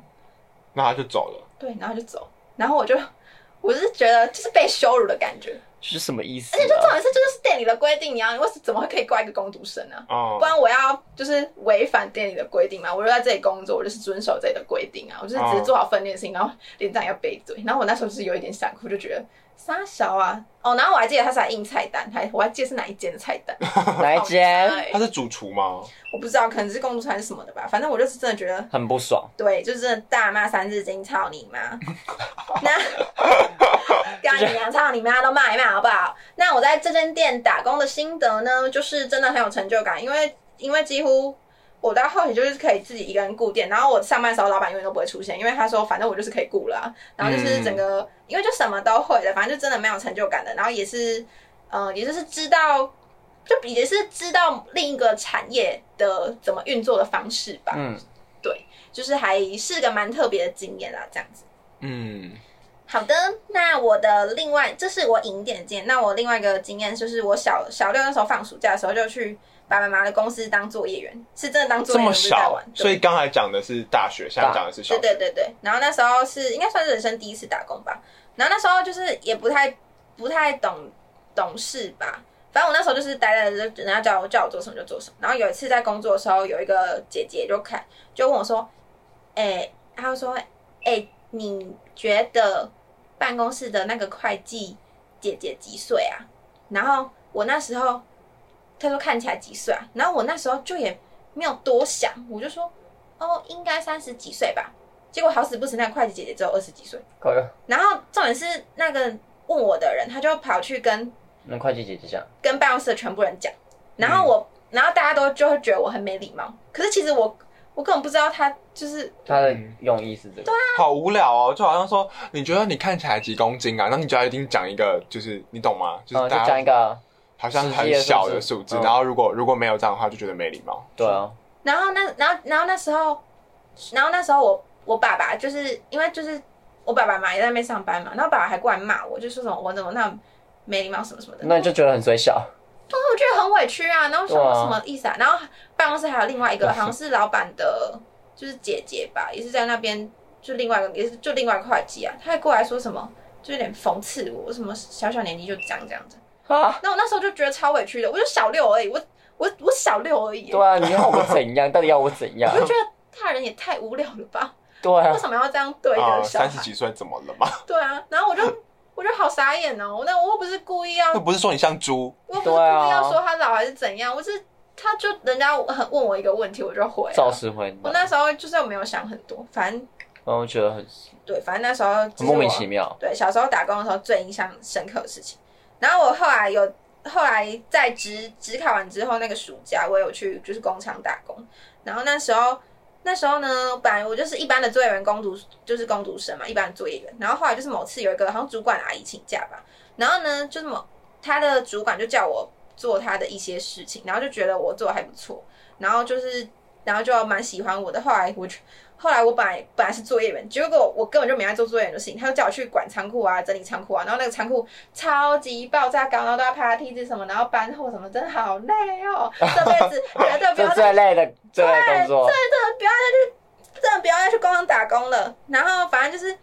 Speaker 2: 那他就走了。
Speaker 3: 对，然后就走，然后我就 我是觉得就是被羞辱的感觉，
Speaker 1: 是什么意思、
Speaker 3: 而且就重
Speaker 1: 啊？
Speaker 3: 点是这就是店里的规定，你啊要你为什怎么会可以挂一个工读生呢、啊
Speaker 2: 哦
Speaker 3: 不，然我要就是违反店里的规定嘛，我就在这里工作，我就是遵守这里的规定啊，我就是只是做好分内的事情，
Speaker 1: 哦
Speaker 3: 然后连长要背嘴，然后我那时候就是有一点想哭，就觉得傻小啊，哦，然后我还记得他是来印菜单，还我还记得是哪一间的菜单，
Speaker 1: 哪一间
Speaker 3: 好菜
Speaker 2: 他是主厨吗？
Speaker 3: 我不知道，可能是公主餐什么的吧，反正我就是真的觉得。
Speaker 1: 很不爽，
Speaker 3: 对，就是真的大骂三字经，操你妈！那干你娘，操你妈都骂一骂好不好？那我在这间店打工的心得呢，就是真的很有成就感，因为因为几乎我到后期就是可以自己一个人顾店，然后我上班的时候老板永远都不会出现，因为他说反正我就是可以顾了啊、然后就是整个、因为就什么都会的，反正就真的蛮有成就感的，然后也是呃，也就是知道。就也是知道另一个产业的怎么运作的方式吧，
Speaker 1: 嗯，
Speaker 3: 就是还是个蛮特别的经验啦，这样子。
Speaker 2: 嗯，
Speaker 3: 好的，那我的另外，这是我赢点经验。那我另外一个经验就是，我小小六那时候放暑假的时候，就去爸爸妈妈的公司当作业员，是真的当作
Speaker 2: 这
Speaker 3: 业员，
Speaker 2: 么
Speaker 3: 不是在
Speaker 2: 小啊
Speaker 3: 玩。，
Speaker 2: 所以刚才讲的是大学，现在讲的是小
Speaker 3: 对
Speaker 2: 学。
Speaker 3: 对对对。然后那时候是应该算是人生第一次打工吧。然后那时候就是也不太不太懂懂事吧。反正我那时候就是呆呆的，就人家叫我叫我做什么就做什么。然后有一次在工作的时候，有一个姐姐就看就问我说：“哎、她就说：哎、你觉得办公室的那个会计姐姐几岁啊？”然后我那时候她说看起来几岁啊？然后我那时候就也没有多想，我就说：“哦，应该三十几岁吧。”结果好死不死，那个会计姐姐只有二十几岁。
Speaker 1: 可以。
Speaker 3: 然后重点是那个问我的人，他就跑去跟
Speaker 1: 那会计姐姐讲，
Speaker 3: 跟办公室的全部人讲，然后我，然后大家都就会觉得我很没礼貌。可是其实我我根本不知道他就是
Speaker 1: 她的用意是这个，
Speaker 2: 好无聊哦，就好像说你觉得你看起来几公斤啊，然后你就要一定讲一个，就是你懂吗？就
Speaker 3: 啊
Speaker 1: 嗯，就
Speaker 2: 是大
Speaker 1: 讲
Speaker 2: 家
Speaker 1: 一个，
Speaker 2: 好像
Speaker 1: 实
Speaker 2: 很
Speaker 1: 际的数字
Speaker 2: 小的数字，
Speaker 1: 嗯
Speaker 2: 然后如果如果没有这样的话，就觉得没礼貌。
Speaker 1: 对啊，
Speaker 3: 然后那，然后，然后那时候，然后那时候我我爸爸就是因为就是我爸爸嘛也在那边上班嘛，然后爸爸还过来骂我，就说什么我怎么那么没礼貌什么什么的。
Speaker 1: 那你就觉得很水小，
Speaker 3: 我觉得很委屈啊，然后想说
Speaker 1: 对啊
Speaker 3: 什么意思啊？然后办公室还有另外一个，好像是老板的，就是姐姐吧，也是在那边，就另外一个，也是就另外一个会计啊，他还过来说什么，就有点讽刺我，什么小小年纪就这样这样子。
Speaker 1: 啊，
Speaker 3: 那我那时候就觉得超委屈的，我就小六而已，我我我小六而已，
Speaker 1: 对啊，你要我怎样？到底要我怎样
Speaker 3: 我？就觉得大人也太无聊了吧？
Speaker 1: 对啊
Speaker 3: 为，什么要这样对一
Speaker 2: 啊，
Speaker 3: 个小
Speaker 2: 三十
Speaker 3: 孩？
Speaker 2: 几岁怎么了嘛？
Speaker 3: 对啊，然后我就我就好傻眼哦，那我又不是故意要
Speaker 2: 那不是说你像猪，
Speaker 3: 我不是故
Speaker 1: 对啊
Speaker 3: 意要说他老还是怎样，我是他就人家很问我一个问题，我就回啊、
Speaker 1: 肇事回
Speaker 3: 我
Speaker 1: 答，
Speaker 3: 那时候就是没有想很多，反正
Speaker 1: 然后嗯觉得很
Speaker 3: 对，反正那时候
Speaker 1: 很莫名其
Speaker 3: 妙。
Speaker 1: 妙，
Speaker 3: 对，小时候打工的时候最印象深刻的事情。然后我后来有后来在职职考完之后那个暑假，我有去就是工厂打工。然后那时候那时候呢，本来我就是一般的作业员工读就是工读生嘛，一般的作业员。然后后来就是某次有一个好像主管阿姨请假吧，然后呢就是某他的主管就叫我做他的一些事情，然后就觉得我做的还不错，然后就是然后就蛮喜欢我的。后来我就后来我本来本来是作业员，结果我根本就没在做作业员的事情，他就叫我去管仓库啊、整理仓库啊，然后那个仓库超级爆炸高，然后都要爬梯子什么，然后搬货什么，真的好累哦，这辈子绝对不
Speaker 1: 这
Speaker 3: 要再
Speaker 1: 最累的最累的工作，
Speaker 3: 真的不要再去工厂打工了。然后反正就是，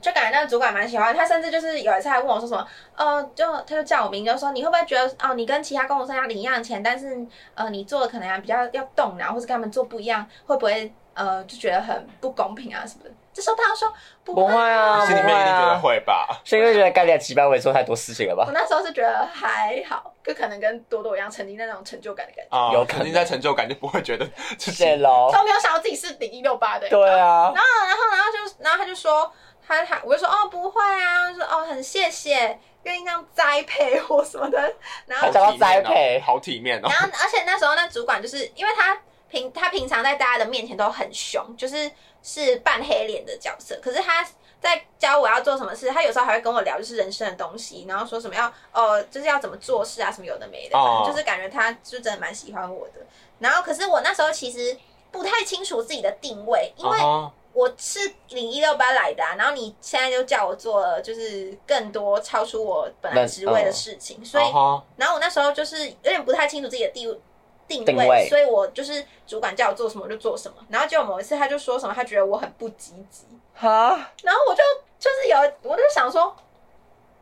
Speaker 3: 就感觉那个主管蛮喜欢他，甚至就是有一次还问我说什么，呃，就他就叫我名，就说你会不会觉得哦，你跟其他工作生要领一样钱，但是呃，你做的可能啊比较要动脑，或是跟他们做不一样，会不会呃就觉得很不公平啊什么的？这时候他就说不
Speaker 1: 不会啊，不
Speaker 2: 心里
Speaker 1: 会
Speaker 2: 面一定觉得
Speaker 1: 啊，
Speaker 2: 会吧？
Speaker 1: 是因为觉得干掉几百我也做太多事情了吧
Speaker 3: 我？那时候是觉得还好，就可能跟多多一样，沉浸在那种成就感的感觉，
Speaker 2: 啊，
Speaker 1: 有可能
Speaker 2: 肯定在成就感就不会觉得自己
Speaker 1: 谢 喽，
Speaker 3: 都没有想到自己是顶一六八的。
Speaker 1: 对啊，
Speaker 3: 然后，然后就，然后他就说，他他，我就说，哦，不会啊，就说，哦，很谢谢，愿意这样栽培我什么的。然后
Speaker 2: 好
Speaker 1: 讲到
Speaker 2: 体面
Speaker 1: 栽
Speaker 2: 哦
Speaker 1: 培
Speaker 2: 好体面哦
Speaker 3: 然。后，而且那时候那主管就是因为他平他平常在大家的面前都很凶，就是是扮黑脸的角色，可是他在教我要做什么事，他有时候还会跟我聊就是人生的东西，然后说什么要呃，就是要怎么做事啊，什么有的没的，
Speaker 2: 哦
Speaker 3: 反正就是感觉他就真的蛮喜欢我的。然后可是我那时候其实不太清楚自己的定位，因为
Speaker 2: 哦
Speaker 3: 我是领一六八来的、啊，然后你现在就叫我做就是更多超出我本来
Speaker 1: 那
Speaker 3: 职位的
Speaker 1: 哦
Speaker 3: 事情，所以
Speaker 2: 哦吼
Speaker 3: 然后我那时候就是有点不太清楚自己的地定
Speaker 1: 定位
Speaker 3: 所以我就是主管叫我做什么我就做什么。然后结果某一次他就说什么，他觉得我很不积极，
Speaker 1: 哈，
Speaker 3: 然后我就就是有我就想说，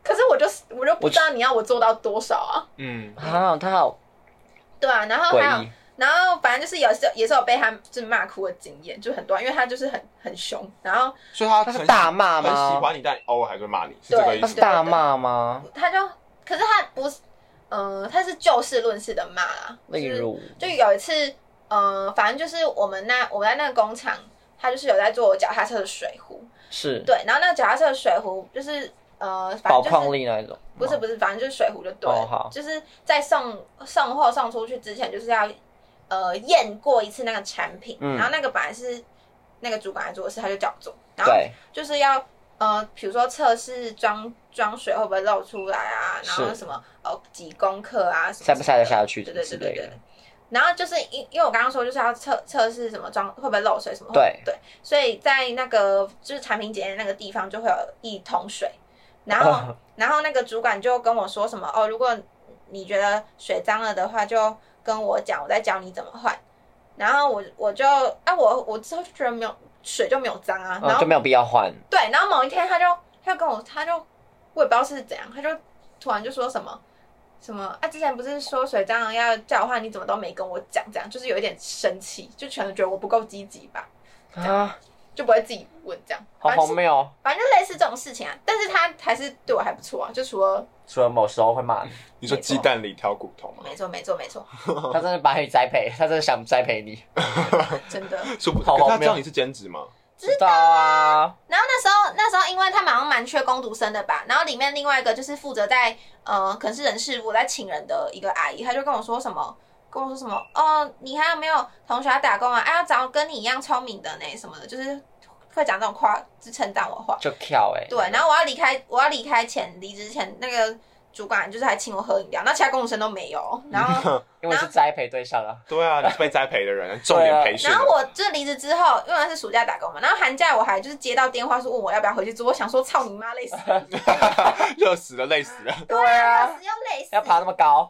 Speaker 3: 可是我就是我就不知道你要我做到多少啊，
Speaker 2: 嗯，
Speaker 1: 啊，他好
Speaker 3: 对啊，然哦后还
Speaker 1: 诡
Speaker 3: 有
Speaker 1: 异，
Speaker 3: 然后反正就是有时候也是有被他就是骂哭的经验，就很多，啊因为他就是很很凶，然后
Speaker 2: 所以他
Speaker 1: 他是
Speaker 2: 很
Speaker 1: 大骂
Speaker 2: 很喜
Speaker 1: 吗？
Speaker 2: 欢你，但偶尔还是会骂你，是这个
Speaker 3: 对
Speaker 2: 意
Speaker 1: 他是
Speaker 2: 思？
Speaker 1: 大骂吗？
Speaker 3: 他就可是他不是，嗯、他是就事论事的骂啦，就
Speaker 1: 例
Speaker 3: 是
Speaker 1: 如，
Speaker 3: 就有一次，嗯、反正就是我们那我们在那个工厂，他就是有在做脚踏车的水壶，
Speaker 1: 是
Speaker 3: 对，然后那个脚踏车的水壶就是呃，反
Speaker 1: 宝
Speaker 3: 正就是
Speaker 1: 矿力那一种，
Speaker 3: 不是不是，反正就是水壶就对了，
Speaker 1: 哦好
Speaker 3: 就是在送送货送出去之前，就是要呃验过一次那个产品，
Speaker 1: 嗯
Speaker 3: 然后那个本来是那个主管来做的事，他就叫我做，然后
Speaker 1: 对，
Speaker 3: 就是要呃，比如说测试装装水会不会漏出来啊，然后
Speaker 1: 是
Speaker 3: 什么哦几公克啊，什么
Speaker 1: 塞不塞得下去
Speaker 3: 什么的
Speaker 1: 之
Speaker 3: 对对对
Speaker 1: 类
Speaker 3: 对
Speaker 1: 的
Speaker 3: 对。然后就是因因为我刚刚说就是要测测试什么装会不会漏水什么，
Speaker 1: 对
Speaker 3: 对，所以在那个就是产品检验那个地方就会有一桶水，然后、
Speaker 1: 哦
Speaker 3: 然后那个主管就跟我说什么哦，如果你觉得水脏了的话，就跟我讲，我再教你怎么换。然后我我就啊我我之后就觉得没有水就没有脏啊，然
Speaker 1: 嗯，
Speaker 3: 后
Speaker 1: 就没有必要换，
Speaker 3: 对，然后某一天他就他就跟我，他就我也不知道是怎样，他就突然就说什么什么啊，之前不是说水蟑螂要叫唤，你怎么都没跟我讲，这样就是有一点生气，就全都觉得我不够积极吧，
Speaker 1: 啊，
Speaker 3: 就不会自己问这样，
Speaker 1: 好
Speaker 3: 反正
Speaker 1: 荒
Speaker 3: 是
Speaker 1: 谬哦。
Speaker 3: 反正就类似这种事情啊，但是他还是对我还不错啊，就除了
Speaker 1: 除了某时候会 骂你，
Speaker 2: 你说鸡蛋里挑骨头吗？
Speaker 3: 没错没错没错，
Speaker 1: 他真的把你栽培，他真的想栽培你，
Speaker 3: 真的。
Speaker 2: 是不？
Speaker 1: 好
Speaker 2: 可是他
Speaker 1: 荒
Speaker 2: 知
Speaker 1: 谬
Speaker 2: 道你是兼职吗？
Speaker 1: 知道啊，
Speaker 3: 然后那时候，那时候因为他们好像蛮缺工读生的吧，然后里面另外一个就是负责在呃，可能是人事部在请人的一个阿姨，她就跟我说什么，跟我说什么，哦，你还有没有同学要打工啊？哎、要找跟你一样聪明的呢，什么的，就是会讲这种夸，就称赞我话。
Speaker 1: 就跳哎，
Speaker 3: 对，然后我要离开，我要离开前，离职前那个主管就是还请我喝饮料，那其他工读生都没有。然后
Speaker 1: 因为是栽培对象啊，
Speaker 2: 对啊，你是被栽培的 人，重
Speaker 1: 对
Speaker 2: 点
Speaker 1: 啊
Speaker 2: 培训
Speaker 3: 然
Speaker 2: 的。
Speaker 3: 后我就是离职之后，因为那是暑假打工嘛，然后寒假我还就是接到电话说问我要不要回去做，我想说操你妈累死了，
Speaker 2: 热死了，累死了。
Speaker 1: 对啊，
Speaker 3: 要累死
Speaker 1: 要爬那么高，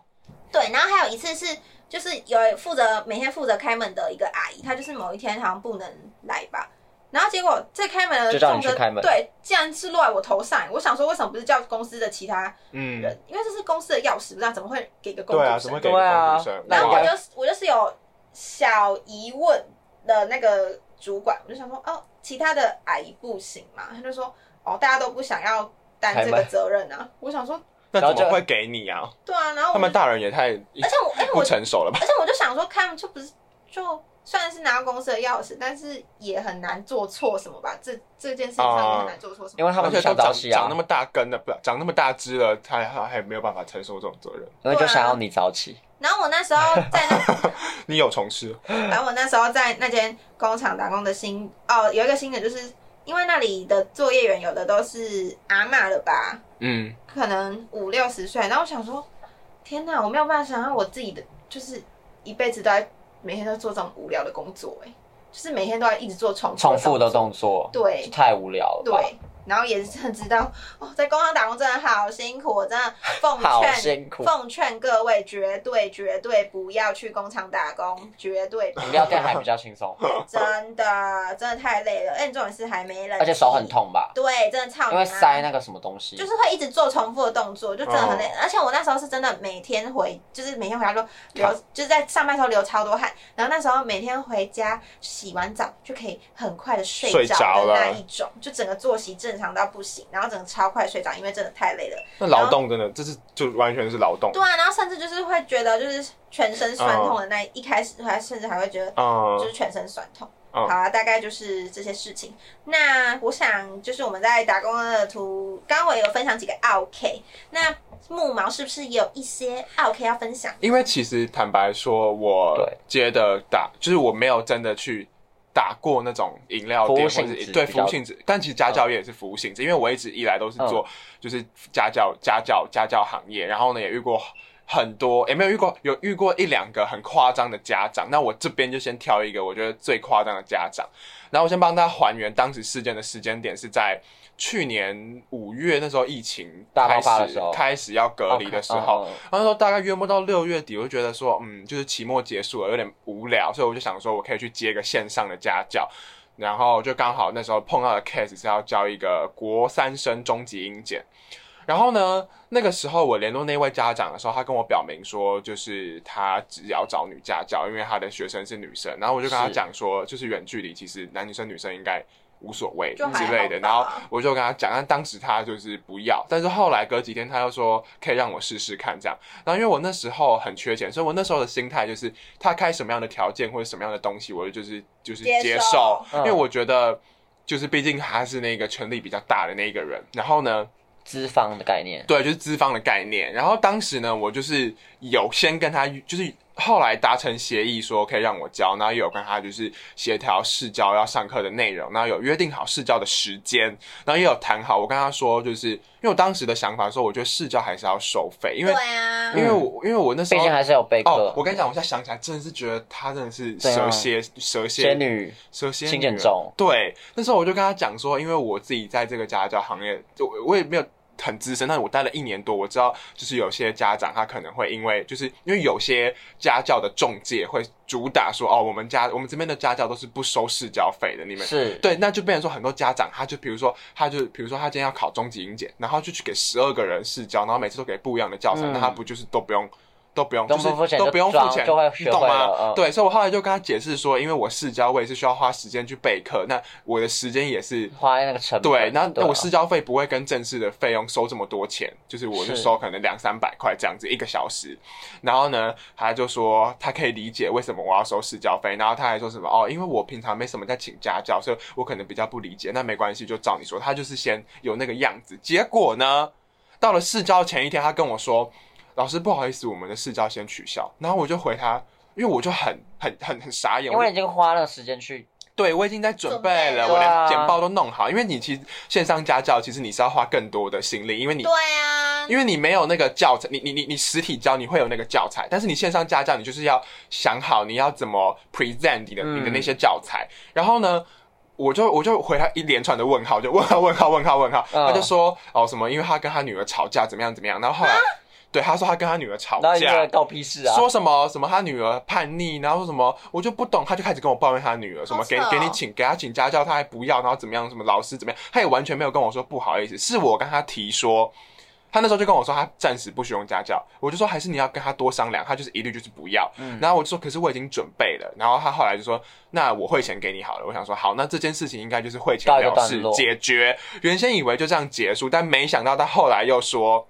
Speaker 3: 对，然后还有一次是，就是有负责每天负责开门的一个阿姨，她就是某一天好像不能来吧，然后结果这开门的
Speaker 1: 就叫
Speaker 3: 重
Speaker 1: 你去
Speaker 3: 责
Speaker 1: 开门
Speaker 3: 对，竟然是落在我头上，我想说为什么不是叫公司的其他
Speaker 2: 嗯，
Speaker 3: 人？因为这是公司的钥匙，不知道怎么会给个工
Speaker 2: 对啊，
Speaker 3: 作生。
Speaker 2: 怎么会给
Speaker 1: 对
Speaker 2: 一个
Speaker 1: 啊
Speaker 2: 工读生？
Speaker 1: 那
Speaker 3: 然后
Speaker 1: 应
Speaker 3: 我
Speaker 1: 该
Speaker 3: 就我就是有小疑问的那个主管，我就想说哦，其他的阿姨不行嘛，他就说哦，大家都不想要担这
Speaker 1: 开
Speaker 3: 个
Speaker 1: 门
Speaker 3: 责任啊，我想说
Speaker 2: 那
Speaker 1: 然后
Speaker 2: 怎么
Speaker 1: 就
Speaker 2: 会给你啊？
Speaker 3: 对啊，然后
Speaker 2: 他
Speaker 3: 我
Speaker 2: 们
Speaker 3: 就
Speaker 2: 大人也太
Speaker 3: 而且我哎、
Speaker 2: 不
Speaker 3: 我
Speaker 2: 成熟了吧？
Speaker 3: 而且我就想说，开门就不是就虽然是拿公司的钥匙，但是也很难做错什么吧？这这件事情上也很难做错什么。
Speaker 1: 因为他
Speaker 2: 而
Speaker 1: 们
Speaker 2: 且
Speaker 1: 不
Speaker 2: 都
Speaker 1: 想
Speaker 2: 长
Speaker 1: 早起啊
Speaker 2: 长那，么大根的，不长那么大只了，他他还没有办法承受这种责任。
Speaker 1: 然后
Speaker 3: 啊
Speaker 1: 就想要你早起，
Speaker 3: 然后我那时候在那，
Speaker 2: 你有从事？
Speaker 3: 然后我那时候在那间工厂打工的新哦，有一个新的就是因为那里的作业员有的都是阿嬷了吧，
Speaker 2: 嗯，
Speaker 3: 可能五六十岁。然后我想说，天哪，我没有办法想象我自己的就是一辈子都在每天都做这种无聊的工作、哎，就是每天都要一直做重复
Speaker 1: 重复的
Speaker 3: 动作
Speaker 1: 动作，
Speaker 3: 对
Speaker 1: 就，太无聊了吧，
Speaker 3: 对，然后也是知道哦，在工厂打工真的好辛苦，我真的奉
Speaker 1: 好
Speaker 3: 劝
Speaker 1: 辛苦，
Speaker 3: 奉劝各位，绝对绝对不要去工厂打工，绝对 不
Speaker 1: 饮料店还比较轻松，
Speaker 3: 真的真的太累了，而且重点是还没人，
Speaker 1: 而且手很，痛吧，
Speaker 3: 对，真的超
Speaker 1: 因为塞那个什么东西
Speaker 3: 啊就，是会一直做重复的动作，就真的很
Speaker 2: 哦
Speaker 3: 累。而且我那时候是真的每天回，就是每天回家都流，就是在上班的时候流超多汗。然后那时候每天回家洗完澡就可以很快的睡
Speaker 2: 睡
Speaker 3: 着
Speaker 2: 着
Speaker 3: 的
Speaker 2: 了
Speaker 3: 那一种，就整个作息正常到不行，然后整个超快睡着，因为真的太累了。
Speaker 2: 那劳动真的，这是就完全是劳动。
Speaker 3: 对啊，然后甚至就是会觉得就是全身酸痛的那一开始，还甚至还会觉得就
Speaker 2: 嗯
Speaker 3: 是全身酸痛。
Speaker 2: 嗯
Speaker 3: 好啊，大概就是这些事情。那我想，就是我们在打工的途，刚刚我也有分享几个 OK，那木毛是不是也有一些 OK 要分享？
Speaker 2: 因为其实坦白说，我
Speaker 1: 对
Speaker 2: 接的打就是我没有真的去打过那种饮料
Speaker 1: 服务
Speaker 2: 店或
Speaker 1: 性
Speaker 2: 者
Speaker 1: 质
Speaker 2: 对
Speaker 1: 比
Speaker 2: 服务
Speaker 1: 较
Speaker 2: 性质，但其实家教业也是服务性质，因为我一直以来都
Speaker 1: 嗯
Speaker 2: 是做就是家教、家教、家教行业，然后呢也遇过。很多也没有遇过，有遇过一两个很夸张的家长。那我这边就先挑一个我觉得最夸张的家长，然后我先帮大家还原当时事件的时间点是在去年五月那时候疫情
Speaker 1: 大爆
Speaker 2: 开
Speaker 1: 发的
Speaker 2: 始
Speaker 1: 时候
Speaker 2: 开始要隔离的时候，
Speaker 1: 嗯，嗯嗯
Speaker 2: 然后那时候大概约摸到六月底，我就觉得说，嗯，就是期末结束了，有点无聊，所以我就想说，我可以去接个线上的家教。然后就刚好那时候碰到的 case 是要教一个国三生中级英检。然后呢，那个时候我联络那位家长的时候，他跟我表明说，就是他只要找女家教，因为他的学生是女生。然后我就跟他
Speaker 1: 是
Speaker 2: 讲说，就是远距离，其实男女生女生应该无所谓
Speaker 3: 就还
Speaker 2: 之类
Speaker 3: 好吧
Speaker 2: 的。然后我就跟他讲，但当时他就是不要，但是后来隔几天他又说可以让我试试看这样。然后因为我那时候很缺钱，所以我那时候的心态就是他开什么样的条件或者什么样的东西，我就是就是
Speaker 3: 接
Speaker 2: 接
Speaker 3: 受
Speaker 2: 因为我觉得就是毕竟他是那个权力比较大的那一个人。然后呢，
Speaker 1: 资方的概念，
Speaker 2: 对，就是资方的概念。然后当时呢，我就是有先跟他，就是后来达成协议说可以让我教，然后也有跟他就是协调试教要上课的内容，然后有约定好试教的时间，然后也有谈好。我跟他说，就是因为我当时的想法说，我觉得试教还是要收费，因为、
Speaker 3: 对啊，
Speaker 2: 因为我因为我那时
Speaker 1: 嗯毕
Speaker 2: 候
Speaker 1: 竟。还是有备
Speaker 2: 哦
Speaker 1: 课，。
Speaker 2: 我跟你讲，我现在想起来，真的是觉得他真的是
Speaker 1: 怎
Speaker 2: 蛇
Speaker 1: 样
Speaker 2: 蝎蛇蝎
Speaker 1: 啊仙女
Speaker 2: 蛇蝎
Speaker 1: 新
Speaker 2: 女
Speaker 1: 建
Speaker 2: 儿
Speaker 1: 中
Speaker 2: 对，那时候我就跟他讲说，因为我自己在这个家教行业，就我我也没有很资深，但是我待了一年多，我知道就是有些家长他可能会因为就是因为有些家教的中介会主打说哦，我们家我们这边的家教都是不收市教费的，你们。
Speaker 1: 是，
Speaker 2: 对，那就变成说很多家长，他就比如说，他就比如说他今天要考中级英检，然后就去给十二个人试教，然后每次都给不一样的教材，
Speaker 1: 嗯
Speaker 2: 那他不就是都不用都不用，
Speaker 1: 都
Speaker 2: 就
Speaker 1: 不
Speaker 2: 是
Speaker 1: 付钱
Speaker 2: 都
Speaker 1: 就
Speaker 2: 不用付
Speaker 1: 装
Speaker 2: 钱，
Speaker 1: 就会
Speaker 2: 你
Speaker 1: 学
Speaker 2: 懂
Speaker 1: 会
Speaker 2: 吗？
Speaker 1: 了嗯
Speaker 2: 对，所以我后来就跟他解释说，因为我试教我也是需要花时间去备课，那我的时间也是。
Speaker 1: 花那个成本。
Speaker 2: 对，那那
Speaker 1: 啊
Speaker 2: 我试教费不会跟正式的费用收这么多钱，就是我就是收可能两三百块这样子一个小时。然后呢，他就说他可以理解为什么我要收试教费，然后他还说什么哦，因为我平常没什么在请家教，所以我可能比较不理解。那没关系，就照你说，他就是先有那个样子。结果呢，到了试教前一天，他跟我说，老师不好意思，我们的试教先取消。然后我就回他，因为我就很很很很傻眼，
Speaker 1: 因
Speaker 2: 我就
Speaker 1: 为已经花了时间去，
Speaker 2: 对，我已经在准备
Speaker 3: 准备
Speaker 2: 了，
Speaker 3: 了
Speaker 2: 我
Speaker 1: 对
Speaker 2: 连
Speaker 1: 啊
Speaker 2: 简报都弄好。因为你其实线上家教，其实你是要花更多的心力，因为你
Speaker 3: 对啊，
Speaker 2: 因为你没有那个教材，你你你你实体教你会有那个教材，但是你线上家教你就是要想好你要怎么 present 你的、
Speaker 1: 嗯
Speaker 2: 你的那些教材。然后呢，我就我就回他一连串的问号，就问号问号问号问号，
Speaker 1: 嗯
Speaker 2: 他就说哦什么，因为他跟他女儿吵架怎么样怎么样，然后后
Speaker 3: 啊
Speaker 2: 来。对，他说他跟他女儿吵
Speaker 1: 然后你
Speaker 2: 架，
Speaker 1: 个告屁事啊！
Speaker 2: 说什么什么他女儿叛逆，然后说什么我就不懂，他就开始跟我抱怨他女儿什
Speaker 3: 好
Speaker 2: 么
Speaker 3: 扯
Speaker 2: 给
Speaker 3: 哦
Speaker 2: 给你请给他请家教他还不要，然后怎么样什么老师怎么样，他也完全没有跟我说不好意思，是我跟他提说。他那时候就跟我说，他暂时不需要用家教，我就说还是你要跟他多商量，他就是一律就是不要。
Speaker 1: 嗯
Speaker 2: 然后我就说，可是我已经准备了。然后他后来就说，那我汇钱给你好了。我想说，好，那这件事情应该就是汇钱
Speaker 1: 告一个
Speaker 2: 了
Speaker 1: 段
Speaker 2: 事
Speaker 1: 落
Speaker 2: 解决。原先以为就这样结束，但没想到他后来又说，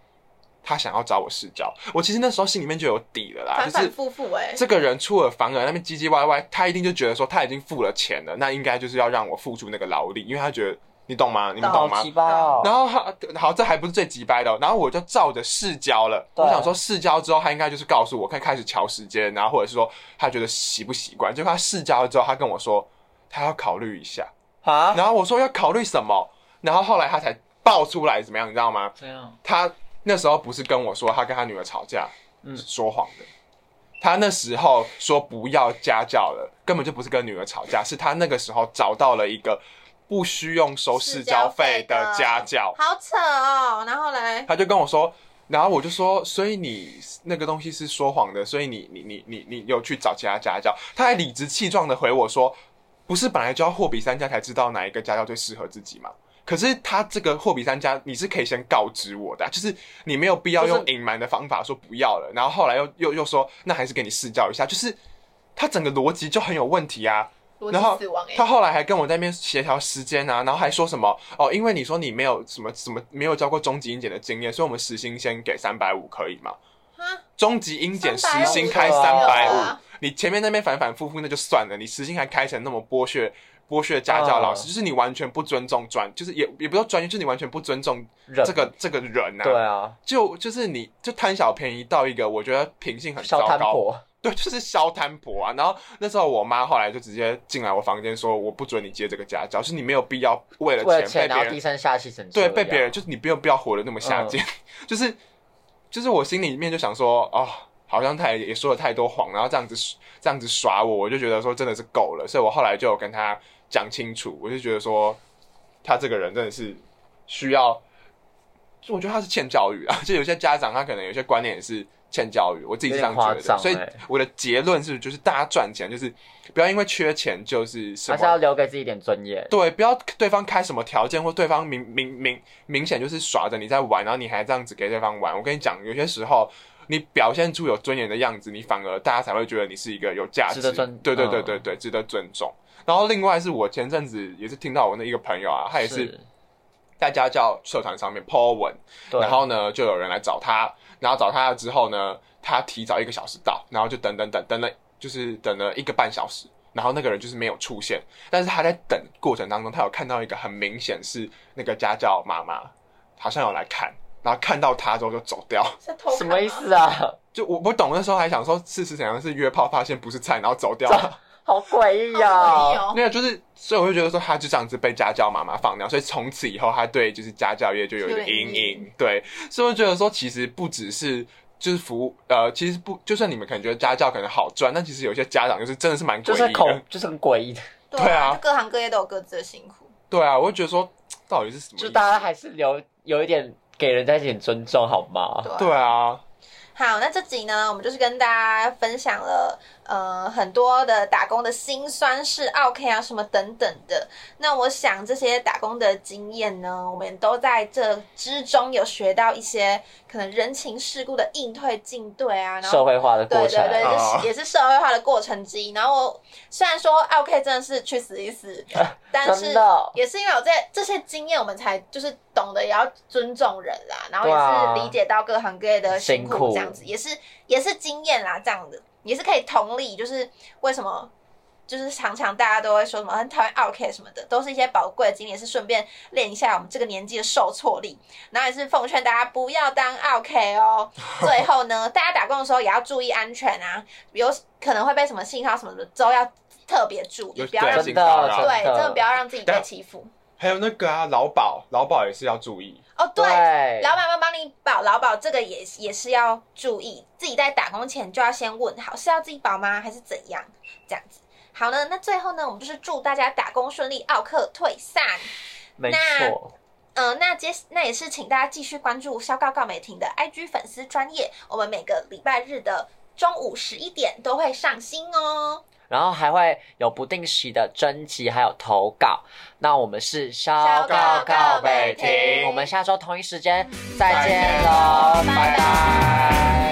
Speaker 2: 他想要找我试教。我其实那时候心里面就有底了啦，
Speaker 3: 反
Speaker 2: 就是
Speaker 3: 反复复哎，
Speaker 2: 这个人出尔反尔，那边唧唧歪歪，他一定就觉得说他已经付了钱了，那应该就是要让我付出那个劳力，因为他觉得你懂吗？你们懂
Speaker 1: 好
Speaker 2: 吗？
Speaker 1: 奇葩哦！
Speaker 2: 然后他好，这还不是最急掰的哦、然后我就照着试交了。
Speaker 1: 对
Speaker 2: 我想说试交之后，他应该就是告诉我，可以开始瞧时间，然后或者是说他觉得习不习惯。结果他试交了之后，他跟我说他要考虑一下，
Speaker 1: 啊，
Speaker 2: 然后我说要考虑什么，然后后来他才爆出来怎么样，你知道吗？
Speaker 1: 这样
Speaker 2: 他那时候不是跟我说他跟他女儿吵架，
Speaker 1: 嗯
Speaker 2: 说谎的。他那时候说不要家教了，根本就不是跟女儿吵架，是他那个时候找到了一个不需用收市交费的家教，
Speaker 3: 好扯哦。然后嘞，
Speaker 2: 他就跟我说，然后我就说，所以你那个东西是说谎的，所以你你你你你有去找其他家教，他还理直气壮的回我说，不是本来就要货比三家才知道哪一个家教最适合自己吗？可是他这个货比三家，你是可以先告知我的啊、就是你没有必要
Speaker 1: 就是
Speaker 2: 用隐瞒的方法说不要了，然后后来又又又说那还是给你试教一下，就是他整个逻辑就很有问题啊。然后
Speaker 3: 逻辑死亡哎
Speaker 2: 他，后来还跟我在那边协调时间啊，然后还说什么哦，因为你说你没有什么什么没有教过中级英检的经验，所以我们时薪先给三百五可以吗？
Speaker 3: 哈
Speaker 2: 中级英检时
Speaker 3: 350
Speaker 2: 薪开
Speaker 1: 左右
Speaker 2: 三百
Speaker 3: 啊
Speaker 2: 五，你前面那边反反复复那就算了，你时薪还开成那么剥削剥削家教老
Speaker 1: 嗯
Speaker 2: 师，就是你完全不尊重专，就是也也不叫专业，就是你完全不尊重
Speaker 1: 人
Speaker 2: 这个这个人啊，
Speaker 1: 对啊，
Speaker 2: 就就是你就贪小便宜到一个我觉得品性很糟
Speaker 1: 小摊
Speaker 2: 糕，
Speaker 1: 婆
Speaker 2: 对，就是小摊婆啊。然后那时候我妈后来就直接进来我房间说，我不准你接这个家教，就是你没有必要为了
Speaker 1: 为了
Speaker 2: 钱
Speaker 1: 钱
Speaker 2: 被
Speaker 1: 然
Speaker 2: 别
Speaker 1: 后低
Speaker 2: 人
Speaker 1: 声下气成这
Speaker 2: 对
Speaker 1: 样
Speaker 2: 被别人，就是你没有必要活得那么下贱，
Speaker 1: 嗯
Speaker 2: 就是就是我心里面就想说，哦，好像他也也说了太多谎，然后这样子这样子耍我，我就觉得说真的是够了，所以我后来就有跟他讲清楚，我就觉得说他这个人真的是需要，我觉得他是欠教育啊， 就有些家长他可能有些观念也是欠教育，我自己是这样觉
Speaker 1: 有
Speaker 2: 得，
Speaker 1: 点夸张
Speaker 2: 所以
Speaker 1: 欸
Speaker 2: 我的结论是，就是大家赚钱就是不要因为缺钱就是什
Speaker 1: 还
Speaker 2: 么
Speaker 1: 是要留给自己一点尊严。
Speaker 2: 对，不要对方开什么条件，或对方明明明明显就是耍着你在玩，然后你还这样子给对方玩。我跟你讲，有些时候你表现出有尊严的样子，你反而大家才会觉得你是一个有价值。
Speaker 1: 值得尊
Speaker 2: 对对对
Speaker 1: 嗯
Speaker 2: 对对，值得尊重。然后另外是我前阵子也是听到我那一个朋友啊，他也是在家教社团上面 po 文，
Speaker 1: 对，
Speaker 2: 然后呢，就有人来找他，然后找他了之后呢，他提早一个小时到，然后就等等等等了，就是等了一个半小时，然后那个人就是没有出现，但是他在等过程当中，他有看到一个很明显是那个家教妈妈，好像有来看，然后看到他之后就走掉，
Speaker 3: 是偷看吗
Speaker 1: 什么意？思啊？
Speaker 2: 就我不懂，那时候还想说是是怎样，是约炮发现不是菜，然后走掉，
Speaker 1: 好诡异
Speaker 3: 好诡异
Speaker 1: 啊！
Speaker 3: 哦
Speaker 2: 没有，就是，所以我就觉得说，他就这样子被家教妈妈放掉，所以从此以后，他对就是家教业就有一个
Speaker 3: 有点
Speaker 2: 阴
Speaker 3: 阴
Speaker 2: 影。对，所以我觉得说，其实不只是就是服务，呃，其实不，就算你们可能觉得家教可能好赚，但其实有些家长就是真的是蛮诡
Speaker 1: 就是
Speaker 2: 异啊的
Speaker 1: 恐。，就是很诡异的，
Speaker 3: 对
Speaker 2: 对啊
Speaker 3: 就各行各业都有各自的辛苦。
Speaker 2: 对啊，我就觉得说，到底是什么意
Speaker 1: 就
Speaker 2: 思？
Speaker 1: 大家还是留有一点给人家一点尊重好吗？
Speaker 3: 对啊
Speaker 2: 对啊，
Speaker 3: 好，那这集呢，我们就是跟大家分享了呃很多的打工的辛酸事、OK 啊什么等等的。那我想这些打工的经验呢，我们都在这之中有学到一些可能人情世故的应对进对啊，然
Speaker 1: 社
Speaker 3: 后。
Speaker 1: 会化的
Speaker 3: 对
Speaker 1: 过
Speaker 3: 对
Speaker 1: 程，啊
Speaker 3: 对，这
Speaker 2: 哦
Speaker 3: 是也是社会化的过程之一。然后我虽然说啊 OK 真的是去死一死，但是
Speaker 1: 啊真的哦
Speaker 3: 也是因为有这这些经验，我们才就是懂得也要尊重人啦，然后
Speaker 1: 对啊
Speaker 3: 也是理解到各行各业的辛
Speaker 1: 辛苦
Speaker 3: 苦这样子，也是也是经验啦，这样子也是可以同理，就是为什么。就是常常大家都会说什么很讨厌 OK 什么的，都是一些宝贵的经验，是顺便练一下我们这个年纪的受挫力。然后也是奉劝大家不要当 OK 哦。最后呢，大家打工的时候也要注意安全啊，有可能会被什么信号什么的，都要特别注意，
Speaker 2: 有
Speaker 3: 不要让
Speaker 2: 对
Speaker 3: 自己
Speaker 1: 真的
Speaker 2: 啊
Speaker 3: 对，真的
Speaker 1: 真
Speaker 3: 不要让自己被欺负。
Speaker 2: 还有那个啊，劳保，劳保也是要注意。
Speaker 3: 哦，对，
Speaker 1: 对，
Speaker 3: 老板会帮你保劳保，这个也也是要注意，自己在打工前就要先问好是要自己保吗，还是怎样这样子。好呢，那最后呢，我们就是祝大家打工顺利，奥克退散。
Speaker 1: 没错。
Speaker 3: 嗯、那接那也是请大家继续关注肖告告美婷的 IG 粉丝专业，我们每个礼拜日的中午十一点都会上新哦。
Speaker 1: 然后还会有不定期的征集，还有投稿。那我们是小
Speaker 3: 告告
Speaker 2: 北亭
Speaker 1: 我们下周同一时间再见喽，
Speaker 3: 拜拜
Speaker 1: 拜拜